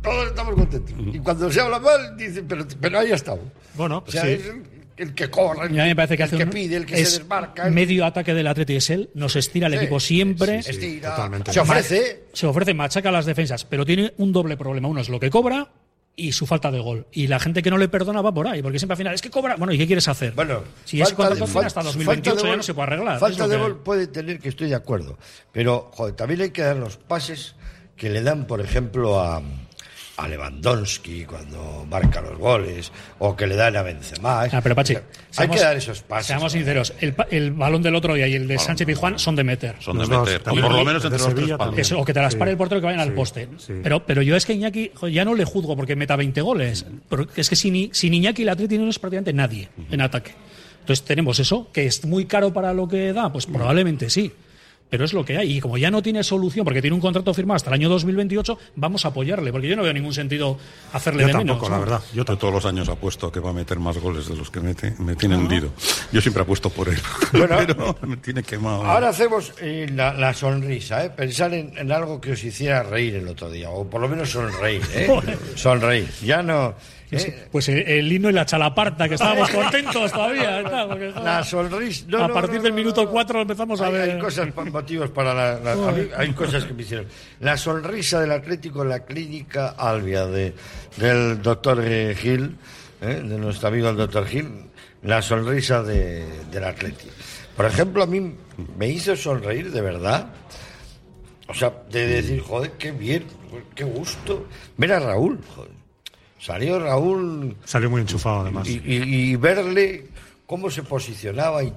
todos estamos contentos. Y cuando se habla mal, dicen, pero, pero ahí ha estado.
Bueno,
O sea,
sí.
es el, el que corre, el,
Y a mí me parece que
el
hace
que
un-
pide, el que
es
se desmarca. el-
Medio ataque del Atleti es él. Nos estira el
Sí,
equipo
sí,
siempre.
sí, sí, estira,
totalmente.
se ofrece.
Se ofrece, machaca las defensas. Pero tiene un doble problema. Uno es lo que cobra y su falta de gol. Y la gente que no le perdona va por ahí. Porque siempre al final, es que cobra. Bueno, ¿y qué quieres hacer?
Bueno,
si es contrato
fal- falta
hasta 2028
de
ya
gol-
no se puede arreglar. Es
Falta
lo
de
que hay.
gol puede tener que estoy de acuerdo. Pero joder, también hay que dar los pases que le dan, por ejemplo, a, a Lewandowski cuando marca los goles o que le dan a Benzema.
Ah, pero Pachi,
hay
seamos-
que dar esos pases.
Seamos sinceros, el, pa- el balón del otro día y el de Sánchez Pijuán son de meter.
Son de
Los dos,
meter. O
también.
por lo menos
El de
entre los tres
Sevilla
palos.
también.
Eso, o que te las
Sí.
pare el portero que vayan al
Sí,
poste.
sí.
Pero, pero yo es que Iñaki, jo, ya no le juzgo porque meta 20 goles. Pero es que sin, I- sin Iñaki el Atleti no es prácticamente nadie en ataque. Entonces tenemos eso, que es muy caro para lo que da, pues probablemente sí. Pero es lo que hay. Y como ya no tiene solución, porque tiene un contrato firmado hasta el año 2028, vamos a apoyarle. Porque yo no veo ningún sentido hacerle
Yo
de
tampoco,
menos,
la
¿no?
verdad.
Yo todos los años apuesto que va a meter más goles de los que mete. Me tiene hundido. Yo siempre apuesto por él.
Bueno.
pero me tiene quemado.
Ahora hacemos eh, la, la sonrisa, ¿eh? pensar en, en algo que os hiciera reír el otro día, o por lo menos sonreír, ¿eh? sonreír. Ya no. ¿eh?
Pues el, el himno y la chalaparta, que estábamos contentos todavía. ¿eh? Claro, porque, joder.
La sonrisa.
a partir del minuto 4 empezamos a
hay,
ver.
hay cosas, pa- motivos para la. la- a mí hay cosas que me hicieron. La sonrisa del Atlético en la clínica Albia de, del doctor eh, Gil, ¿eh? de nuestro amigo el doctor Gil, la sonrisa de, del Atlético. Por ejemplo, a mí me hizo sonreír de verdad. O sea, de decir, joder, qué bien, qué gusto. Ver a Raúl, joder. O Salió Raúl.
Salió muy enchufado, además.
Y, y- y verle cómo se posicionaba y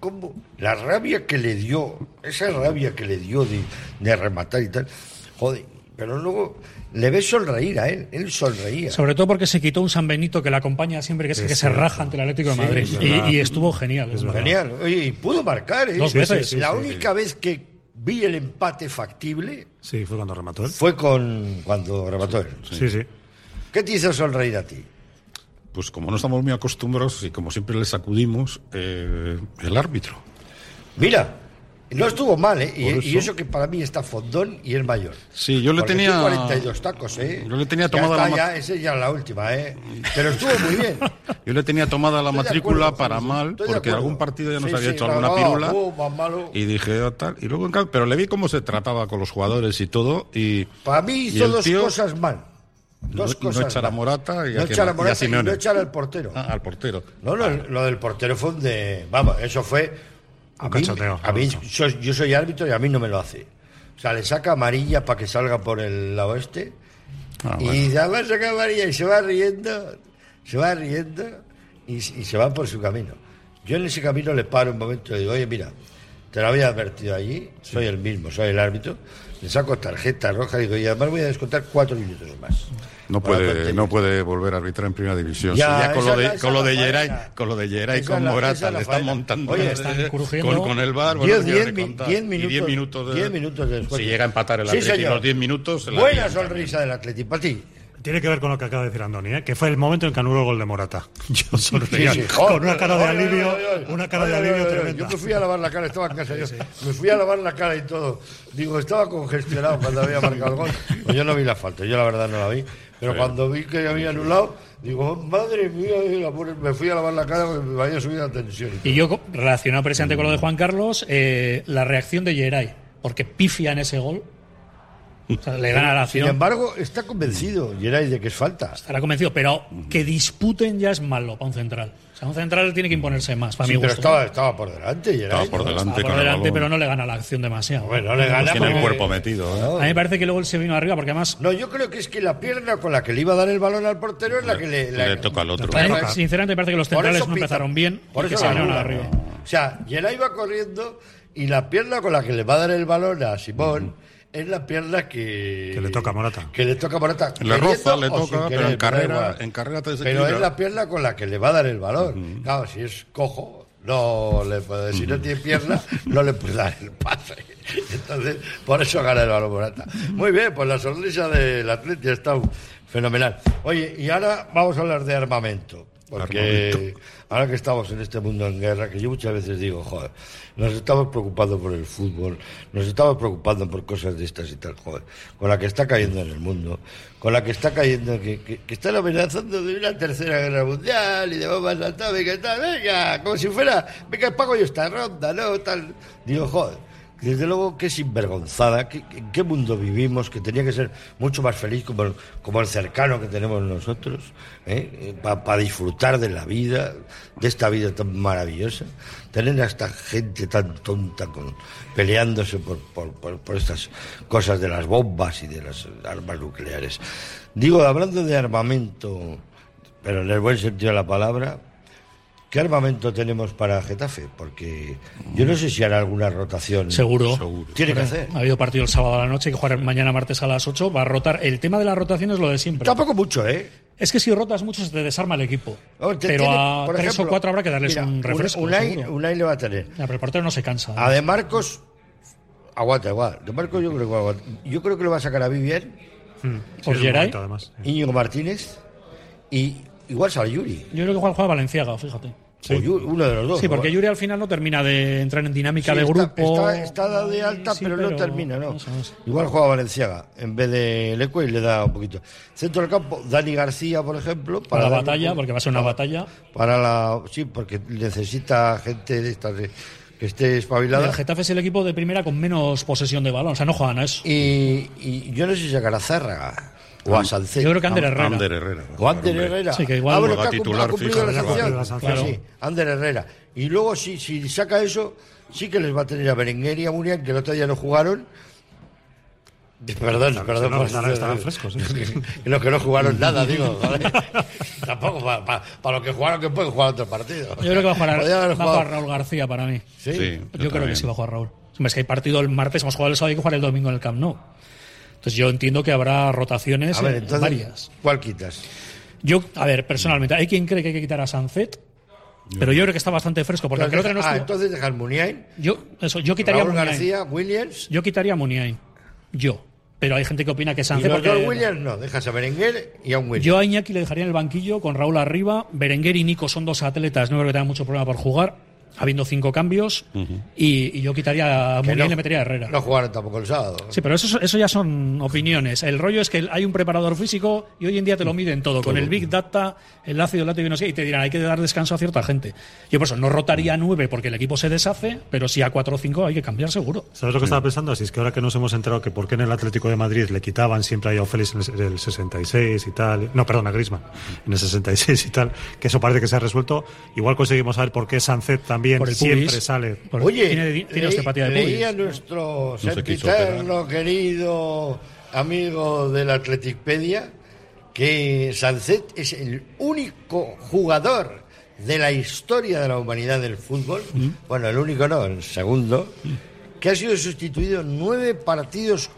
cómo. La rabia que le dio, esa rabia que le dio de, de rematar y tal. Joder, pero luego le ves sonreír a él, él sonreía.
Sobre todo porque se quitó un San Benito que la acompaña siempre, que es el que
Es
se
cierto.
raja ante el Atlético de
Sí,
Madrid.
es
Y-
verdad.
y, estuvo genial. es verdad.
Genial. Oye, y pudo marcar, ¿eh?
Dos veces.
Es
Sí,
la
sí,
única vez que vi el empate factible
Sí, fue cuando remató él.
fue con cuando remató él.
Sí, sí.
¿Qué te hizo sonreír a ti?
Pues como no estamos muy acostumbrados y como siempre le sacudimos, eh, el árbitro.
Mira, no estuvo mal, ¿eh? Y,
Por
y eso que para mí está fondón y el mayor.
Sí, yo le
Porque
tenía.
tiene 42 tacos, ¿eh?
Yo le tenía
Ya
tomada
está,
la ma-
ya, esa ya es la última, ¿eh? Pero estuvo muy bien.
Yo le tenía tomada la
Estoy de
matrícula
acuerdo,
para
sí, sí. Estoy
mal,
de
porque
acuerdo.
algún partido ya nos
Sí,
había
sí,
hecho
no,
alguna
no,
pirula.
oh, más malo.
Y dije, "Ah, tal. Y luego, en cambio, pero le vi cómo se trataba con los jugadores y todo. Y,
Para mí
y
hizo
el
dos
tío
cosas mal. Dos
no,
cosas
no echar a
mal.
Morata y,
no
a,
echar a
y a
Morata y
Simeone.
no echar al portero.
Ah, al portero.
No, no, lo del portero fue un de. Vamos, eso fue. A
Un
mí,
cachondeo,
a mí-
claro.
yo, yo soy árbitro y a mí no me lo hace. O sea, le saca amarilla para que salga por el lado este.
Ah,
y
bueno.
además saca amarilla y se va riendo, se va riendo y, y se va por su camino. Yo en ese camino le paro un momento y digo, oye, mira, te lo había advertido allí, soy el mismo, soy el árbitro. Le saco tarjeta roja digo, y además voy a descontar cuatro minutos más.
No
Por la
puede,
tontería.
no puede volver a arbitrar en primera división.
Ya,
Ya, ya con,
esa
lo
es la-
de,
esa
con lo
es la
de Geray,
faena.
con lo de Geray,
Esa
con
es la- esa
Morata,
es la
le están
faena.
montando
Oye,
eh,
están
crujiendo.
con, con el bar.
Diez-
bueno, ni
diez
de
mi-
contar.
diez
Y
minutos-
diez minutos.
diez minutos después.
Si llega a empatar el
Sí,
Atleti
señor.
los 10 minutos. se la
Buena
lían.
sonrisa del Atlético. Para ti.
Tiene que ver con lo que acaba de decir Andoni, ¿eh? que fue el momento en que anuló el gol de Morata. Yo sonreía
Sí, sí.
con una cara de
Oye, oye,
alivio,
oye, oye.
una cara
Oye,
de
oye,
alivio
oye, oye.
tremenda.
Yo me fui a lavar la cara, estaba en casa yo. Me fui a lavar la cara y todo. Digo, estaba congestionado cuando había marcado el gol. Pues yo no vi la falta, yo la verdad no la vi. Pero cuando vi que había anulado, digo, madre mía, eh, la pobre- me fui a lavar la cara porque me vaya a subir la tensión.
Y yo, co- relacionado precisamente con lo de Juan Carlos, eh, la reacción de Geray, porque pifia en ese gol. O sea, le gana la
Sin
acción.
embargo, está convencido, Geray, de que es falta.
Estará convencido, pero que disputen ya es malo para un central. O sea, un central tiene que imponerse más, para
Sí,
mi
pero
gusto.
estaba, estaba por delante, Geray.
Estaba por
¿no?
delante.
Estaba
con
por
el
delante,
balón.
pero no le gana la acción demasiado.
Bueno, no le gana
pues Tiene el
porque-
cuerpo metido. ¿eh?
A mí me parece que luego él se vino arriba, porque además
No, yo creo que es que la pierna con la que le iba a dar el balón al portero es la que le, la-
Le toca al otro.
Parece- sinceramente, me parece que los
Por
centrales
eso
no
pita.
empezaron bien
Por
y que
eso
se
la
vinieron
anula.
arriba.
O sea, Geray va corriendo y la pierna con la que le va a dar el balón a Simón es la pierna que.
Que le toca a Morata.
Que le toca a Morata.
Le
queriendo
roza, le
o sin querer,
toca, pero en
me da
carrera,
igual.
en carrera te
Pero es
desequilibra.
la pierna con la que le va a dar el balón. Claro, si es cojo. No le puede, si no tiene pierna, no le puede dar el pase. Entonces, por eso gana el balón Morata. Muy bien, pues la sonrisa del Atleti está fenomenal. Oye, y ahora vamos a hablar de armamento. Porque
Armamento.
ahora que estamos en este mundo en guerra, que yo muchas veces digo, joder, nos estamos preocupando por el fútbol, nos estamos preocupando por cosas de estas y tal, joder, con la que está cayendo en el mundo, con la que está cayendo, que, que, que están amenazando de una tercera guerra mundial y de bombas atómicas y tal, venga, como si fuera, venga, pago yo esta ronda, ¿no? Tal. Digo, joder. Desde luego, qué sinvergonzada, qué, en qué mundo vivimos, que tenía que ser mucho más feliz como el, como el cercano que tenemos nosotros, ¿eh? para disfrutar de la vida, de esta vida tan maravillosa. Tener a esta gente tan tonta con, peleándose por, por- por- por estas cosas de las bombas y de las armas nucleares. Digo, hablando de armamento, pero en el buen sentido de la palabra, ¿Qué armamento tenemos para Getafe? Porque yo no sé si hará alguna rotación.
Seguro.
Tiene que hacer.
Ha habido partido el sábado a la noche, hay que jugar mañana martes a las 8. Va a rotar. El tema de la rotación es lo de siempre.
Tampoco mucho, ¿eh?
Es que si rotas mucho se te desarma el equipo.
Hombre, te
pero
tiene-
a
por
tres
ejemplo,
o cuatro habrá que darles
mira,
un refresco.
Unai,
seguro.
Unai le va a tener.
Ya, pero el portero no se cansa. ¿eh?
A De Marcos, aguanta igual. De Marcos yo creo que va a aguantar. Yo creo que lo va a sacar a Vivian,
Mm,
Por
es un
Geray.
momento, además.
Íñigo Martínez y igual sale Yuri.
Yo creo que Juan juega Valenciaga, fíjate.
O Yuri, uno de los dos.
Sí, porque Yuri al final no termina de entrar en dinámica
Sí,
de
está-
grupo.
Está, está dado de alta,
Sí,
pero, no termina, ¿no?
Eso es.
Igual juega Valenciaga en vez de Leco y le da un poquito. Centro del campo, Dani García, por ejemplo.
Para la
darle un
batalla,
poco-
porque va a ser una
para-
batalla.
Para la, sí, porque necesita gente de estas de- que esté espabilada.
El Getafe es el equipo de primera con menos posesión de balón. O sea, no juegan a eso.
Y, y yo no sé si sacará a Zárraga o a Sancet.
Yo creo que Ander
Am-
Herrera.
Ander Herrera.
O Ander
Hombre.
Herrera.
Sí, que igual
Ah, bueno,
juega
que ha cum-
titular
ha cumplido
fijo,
la
claro.
sanción.
La sanción.
Sí, sí, Ander Herrera. Y luego, si, si saca eso, sí que les va a tener a Berenguer y a Munian, que el otro día no jugaron. Eh, Perdón,
Claro,
perdón.
no,
por-
no, no, estarán frescos.
Los que no jugaron nada, digo. ¿vale? Tampoco para lo que jugaron, que pueden jugar otro partido.
Yo creo que va a jugar,
Podrían haber
va a
jugado-
jugar Raúl García para mí.
Sí, Sí, yo
yo, creo
también.
que sí va a jugar Raúl. Es que hay partido el martes, hemos jugado el sábado y hay que jugar el domingo en el Camp Nou. Entonces yo entiendo que habrá rotaciones
A ver,
eh,
entonces,
varias.
¿cuál quitas?
Yo, a ver, personalmente, hay quien cree que hay que quitar a Sancet, pero yo creo que está bastante fresco porque aunque el
Entonces,
otro no
ah,
estuvo-
entonces dejar Muniain,
yo, eso, yo quitaría
Raúl
a Muniain.
García, Williams.
Yo quitaría a Muniain. Yo. Pero hay gente que opina que
Y
Sancet
los
porque-
dos Williams no, dejas a Berenguer y a un Williams.
Yo a Iñaki le dejaría en el banquillo con Raúl arriba. Berenguer y Nico son dos atletas, no creo que tengan mucho problema por jugar, habiendo cinco cambios. Y, y yo quitaría a
Que
Muniain
no-
y le metería a Herrera.
No jugaron tampoco el sábado.
Sí, pero eso, eso ya son opiniones. El rollo es que hay un preparador físico y hoy en día te lo miden todo, con el Big Data, el ácido láctico y no sé qué, y te dirán, hay que dar descanso a cierta gente. Yo por eso no rotaría a nueve porque el equipo se deshace, pero sí a cuatro o cinco hay que cambiar seguro.
¿Sabes lo que estaba pensando? Así es que ahora que nos hemos enterado que por qué en el Atlético de Madrid le quitaban siempre a Joao Félix en el- en el 66 y tal, no, perdón, a Griezmann en el 66 y tal, que eso parece que se ha resuelto, igual conseguimos saber por qué Sancet también
Por el
siempre
pubis.
sale.
Oye, leí-
osteopatía de
leí a
pubis.
nuestro
se quiso
sempiterno querido amigo del Atleticpedia que Sancet es el único jugador de la historia de la humanidad del fútbol,
Mm.
bueno, el único no, el segundo, que ha sido sustituido en nueve partidos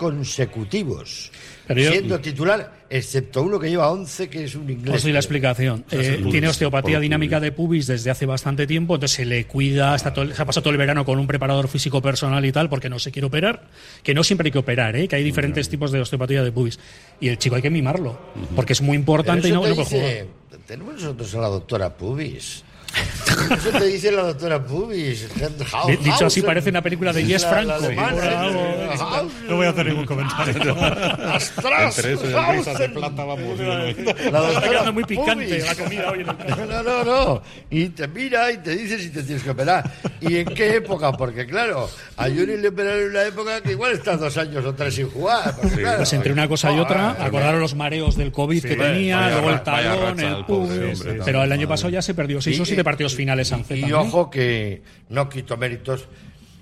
consecutivos,
Pero yo-
siendo titular, excepto uno que lleva 11, que es un inglés.
Os doy la explicación.
O sea,
Eh,
sí, pubis,
tiene
por
osteopatía
pubis.
dinámica de pubis desde hace bastante tiempo, entonces se le cuida, está todo el- se ha pasado todo el verano con un preparador físico personal y tal, porque no se quiere operar. Que no siempre hay que operar, ¿eh? que hay diferentes tipos de osteopatía de pubis. Y el chico hay que mimarlo, porque es muy importante y
Pero
no,
eso
no
te
puede jugar.
dice- Tenemos nosotros a la doctora Pubis. Eso te dice la doctora Pubis.
Di- Dicho así, parece una película de Jess
La- la
Franco.
alemana,
Por algo.
No voy a hacer ningún comentario.
¡Astras!
Entre eso y las risas de plata, vamos,
La
Está
doctora
quedando muy picante
Pubis.
la comida hoy en el campo.
No, no, no. Y te mira y te dice si te tienes que operar. ¿Y en qué época? Porque, claro, a Yuri le operaron en una época que igual estás dos años o tres sin jugar. porque, claro, Ah,
Pues entre una cosa y otra, acordaron los mareos del COVID
Sí,
que
vaya-
tenía,
vaya
luego el
ra- vaya
talón,
racha
el
el pobre
pubis.
hombre, también,
pero el año pasado ya se perdió seis
Y-
o siete
y-
partidos finales Sancet
Y
también.
ojo que no quito méritos.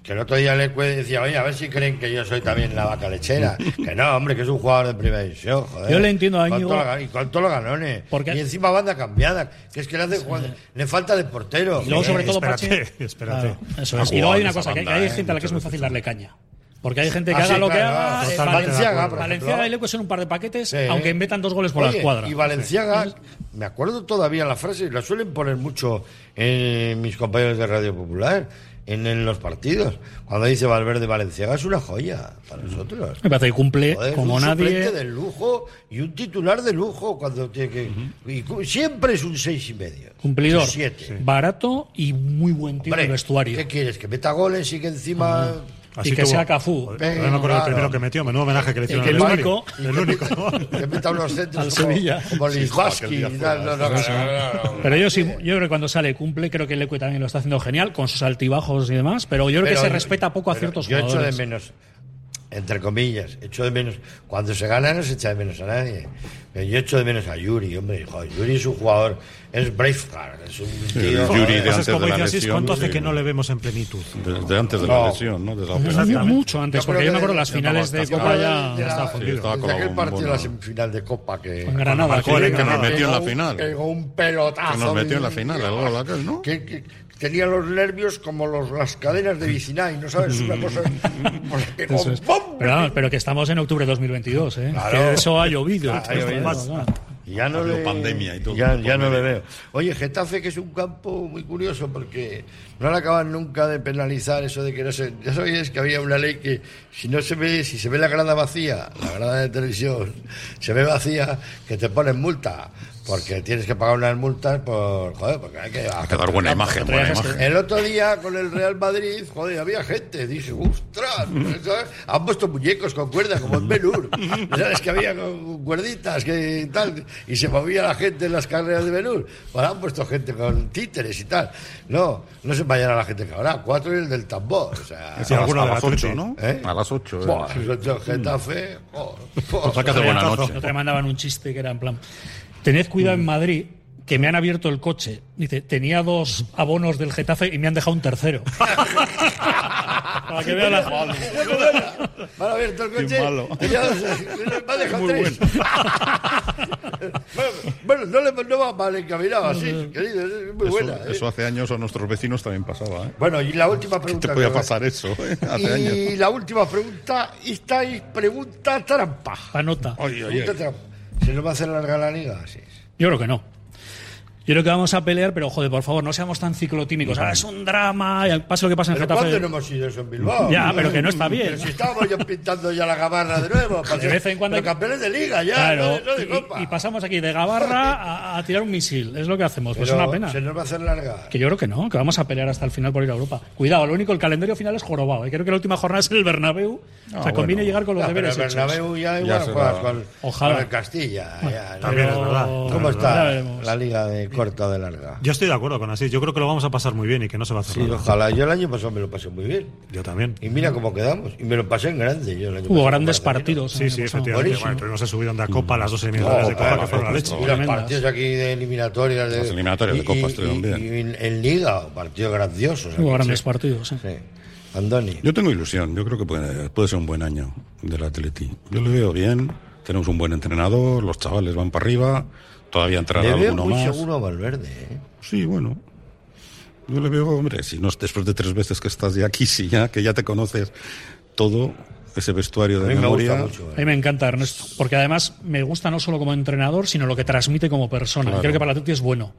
Que el otro día le decía, oye, a ver si creen que yo soy también la vaca lechera. que no, hombre, que es un jugador de primera división, joder.
Yo le entiendo a
Con
Íñigo-
todo lo- Y con todos los ganones. Y encima banda cambiada. Que es que le, hace jugar- le falta de portero.
Y luego, sobre
Eh,
todo,
espérate,
Pache,
espérate.
claro, eso
Ha
es. Y luego hay
jugado
una
esa
cosa, que
banda,
hay
¿eh?
gente a la que es muy fácil darle caña. Porque hay gente que
Ah,
haga
sí,
lo que
claro,
haga.
claro,
eh,
totalmente de
Valenciaga,
acuerdo.
Valenciaga y Leco son un par de paquetes, aunque metan dos goles por la
Oye,
escuadra.
Y Valenciaga, me acuerdo todavía la frase, la suelen poner mucho eh, mis compañeros de Radio Popular en, en los partidos. Cuando dice Valverde Valenciaga es una joya para nosotros.
Me parece que cumple
Joder, es
Eh, como
un
nadie.
suplente de lujo y un titular de lujo cuando tiene que. y cu- siempre es un seis y medio.
Cumplidor.
Un siete.
Barato y muy buen tío de vestuario.
¿Qué quieres? Que meta goles y que encima.
Así
y que
tuvo-
sea Cafú.
Joder, ahora me acuerdo del primero que metió, menudo homenaje que le hicieron
el
al estadio.
único.
El único.
Que meta unos centros
Al
como,
Sevilla.
como
Sí,
Lizbaski
aquel día
y
fue
tal. No, no,
una-
no, no, no.
Pero yo sí, yo creo que cuando sale cumple, creo que Leque también lo está haciendo genial, con sus altibajos y demás, pero yo creo
Pero
que se
yo-
respeta poco a
pero
ciertos
yo
jugadores.
echo de menos, entre comillas, echo de menos. Cuando se gana no se echa de menos a nadie. Pero yo echo de menos a Yuri, hombre. joder, Yuri es un jugador, es Braveheart, es un tío.
el Yuri de
Pues
antes
es como
de la
dice Asís,
lesión.
¿cuánto hace
sí.
que no le vemos en plenitud?
Desde antes de
No.
la lesión, ¿no? Desde la
Mucho
operación.
Mucho antes, porque yo me acuerdo las
Yo
finales
estaba
de
hasta-
Copa
de
ya
la-
estaba
de
fundido.
aquel partido de la semifinal de Copa que.
Con Granada,
Marcó
que-
el
que nos
metió en la
pegó-
final.
Pegó un pelotazo.
Que nos metió en la
de-
final, el gol aquel, ¿no?
Que, que tenía los nervios como los, las cadenas de Vicinay, ¿no sabes? Una cosa. pegó
Eso es. Pero, vamos, pero que estamos en octubre de 2022, ¿eh.
Claro. Ah,
Que eso ha llovido.
Ha llovido. Ya no le,
pandemia y todo.
Ya, ya no le veo. Oye, Getafe, que es un campo muy curioso porque no le acaban nunca de penalizar eso de que no se. Ya sabéis que había una ley que si no se ve, si se ve la grada vacía, la grada de televisión, se ve vacía, que te ponen multa. Porque tienes que pagar unas multas por. Joder, porque hay que.
que dar buena imagen, buena
Otro día,
imagen.
El otro día con el Real Madrid, joder, había gente. Dije, ostras, ¿sabes? han puesto muñecos con cuerdas como en Benur. ¿Sabes? Que había con cuerditas que tal. Y se movía la gente en las carreras de Benur. Ahora han puesto gente con títeres y tal. No, no se vayan a la gente que habrá. Cuatro y el del tambor. O sea, ¿eh?
Sí, alguno a las 8, ¿no? A las 8.
Buah, ocho, Getafe. joder, joder.
Pues sácate buena noche.
Mm.
No te mandaban un chiste que era en plan. Tened cuidado en Madrid, que me han abierto el coche. Dice, tenía dos abonos del Getafe y me han dejado un tercero. Para que vean las
Van a ver todo el
Qué
coche.
malo.
y ya os- me ha dejado
Muy
tres. bueno, bueno, no, le, no va mal encaminado así, querido. Es muy
eso,
buena. ¿eh?
eso hace años a nuestros vecinos también pasaba. ¿eh?
Bueno, y la última pregunta.
te podía
que voy a
pasar eso eh? hace
Y
años?
la última pregunta, esta es pregunta trampa.
Anota.
Pregunta trampa. ¿Se nos va a hacer larga la liga? Sí.
Yo creo que no. Yo creo que vamos a pelear, pero joder, por favor, no seamos tan ciclotímicos. Ahora es un drama, y pase lo que pasa en
¿Pero
Getafe.
cuándo no hemos ido eso en Bilbao?
Ya, pero que no está bien.
Pero si estábamos ya pintando ya la gabarra de nuevo. para
De
ser-
vez en cuando.
pero campeones de liga ya,
Claro,
no de- no de
y-
copa.
y, y pasamos aquí de Gabarra a, a tirar un misil. Es lo que hacemos. Pues es
Pero
una pena.
Se nos va a hacer larga.
Que yo creo que no, que vamos a pelear hasta el final por ir a Europa. Cuidado, lo único, el calendario final es jorobado. ¿eh? Creo que la última jornada es el Bernabéu. o sea,
bueno.
conviene llegar con los
Ya, pero
deberes
el Bernabéu
hechos.
ya igual juegas con,
Ojalá.
con el Castilla. ya,
también
¿no?
es verdad.
¿Cómo
También es verdad. Ya
está
veremos.
la liga de corta o de larga?
Yo estoy de acuerdo con así. Yo creo que lo vamos a pasar muy bien y que no se va a hacer
Sí,
nada.
ojalá. Yo el año pasado me lo pasé muy bien.
Yo también.
Y mira cómo quedamos. Y me lo pasé en grande yo el año
Hubo
pasado.
grandes
Barcelona.
partidos. ¿eh?
Sí, sí, efectivamente.
Buenísimo.
Bueno, tuvimos el subidón de la Copa, las dos
No,
semifinales de Copa
claro,
que fueron la
pero-
leche.
y los partidos aquí de eliminatorias. De,
Las eliminatorias de Copa
y-
estuvieron
y-
bien.
y en, en Liga, partidos grandiosos.
Hubo
aquí,
grandes
sí.
partidos. ¿eh?
Andoni.
Yo tengo ilusión, yo creo que puede, puede ser un buen año del Atleti. Yo le veo bien, tenemos un buen entrenador, los chavales van para arriba, todavía entrará
Le veo
alguno
muy
más.
seguro a Valverde. ¿eh?
Sí, bueno. Yo le veo, hombre, si no es después de tres veces que estás ya aquí, si ya, que ya te conoces todo, ese vestuario de
A mí me gusta
memoria.
mucho,
A mí me encanta Ernesto, porque además me gusta no solo como entrenador, sino lo que transmite como persona.
Claro.
Y creo que para la Tuti es bueno.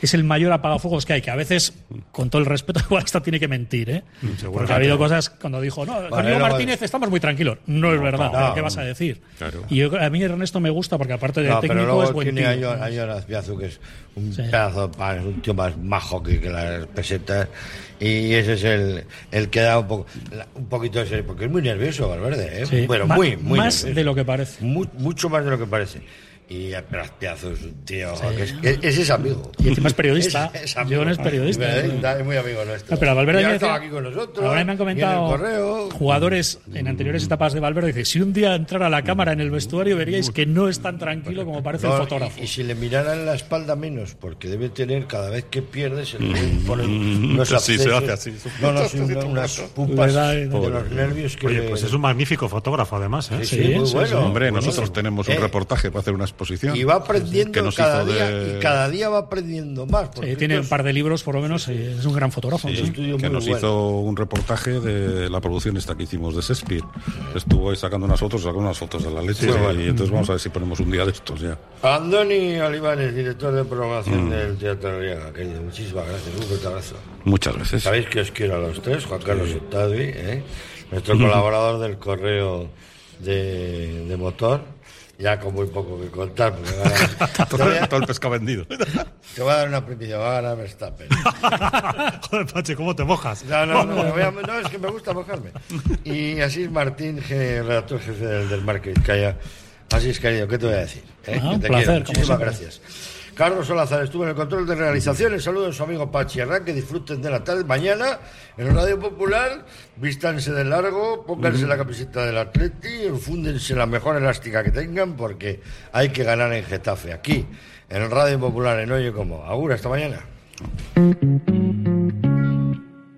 Es el mayor apagafuegos que hay, que a veces, con todo el respeto, igual hesta tiene que mentir, ¿eh? Porque ha habido cosas cuando dijo, no, con
Mm, Vale,
Diego
no,
Martínez estamos muy tranquilos. No, es
no,
verdad, pero ¿qué
no.
vas a decir? Y yo- a mí Ernesto me gusta porque aparte de
No,
técnico
pero luego
es buen
tiene
tío.
a Jon- a Jonas Biazu, que es un pedazo de pan, es un tío más majo que, que las pesetas. Y ese es el, el que da un, poco, la- un poquito de serie, porque es muy nervioso Valverde. ¿eh?
Sí.
Bueno,
Ma-
muy, eh. muy
Más
nervioso.
de lo que parece.
Mu- mucho más de lo que parece. Y Jonas Biazu es un tío que es, que ese es amigo.
Y encima es periodista.
Es, es amigo.
Jon es periodista. ¿eh?
Verdad, Es muy amigo nuestro.
No, pero a Valverde
Y
me
ha estado
decía-
aquí con nosotros.
ahora me han
y en el correo.
comentado jugadores en anteriores etapas de Valverde. Dice, si un día entrara la cámara en el vestuario veríais que no es tan tranquilo como parece
No,
el fotógrafo.
Y, y si le miraran la espalda menos, porque debe tener cada vez que pierde, se le deben poner unos
Sí, se
abscesos.
hace así.
No, no, sí, una- unas pupas
Le da-
de los nervios que
Oye,
le-
pues es un magnífico fotógrafo, además. ¿eh?
Sí, muy bueno.
Pues, Hombre,
Buenísimo.
nosotros tenemos un
Eh,
reportaje para hacer una exposición.
Y va aprendiendo
que nos
cada
hizo
día,
de-
y cada día va aprendiendo más. porque
Sí, Eh, tiene
esto
un
es-
par de libros, por lo menos, y es un gran fotógrafo.
Sí,
sí.
que
muy
nos
bueno.
hizo un reportaje de la producción esta que hicimos de Shakespeare. Estuvo ahí sacando unas fotos, sacó unas fotos de la
Sí,
leche.
bueno.
Y entonces vamos a ver si ponemos un día de estos ya.
Andoni Olivares, director de programación del Teatro Griega, querido, muchísimas gracias, un fuerte abrazo.
Muchas veces.
Sabéis que os quiero a los tres, Juan Carlos Octavi, ¿eh? nuestro colaborador del correo de, de motor, ya con muy poco que contar, porque ahora- te,
Todo,
voy a,
todo el pescado vendido.
te voy a dar una primilla, va a ganar Verstappen.
Joder, Pache, ¿cómo te mojas?
No, no, no, me voy a- no, es que me gusta mojarme. Y así es Martín, je- redactor jefe del, del Marque Vizcaya. Así es, querido, ¿qué te voy a decir? ¿Eh?
Ah,
Que
un
te
placer,
quiero.
como
Muchísimas
siempre.
gracias. Carlos Solazar estuvo en el control de realizaciones. Saludos a su amigo Pachi Arran, que disfruten de la tarde. Mañana, en Radio Popular, vístanse de largo, pónganse la camiseta del Atleti, enfúndense la mejor elástica que tengan, porque hay que ganar en Getafe. Aquí, en Radio Popular, en Oye Como. Augura, hasta mañana.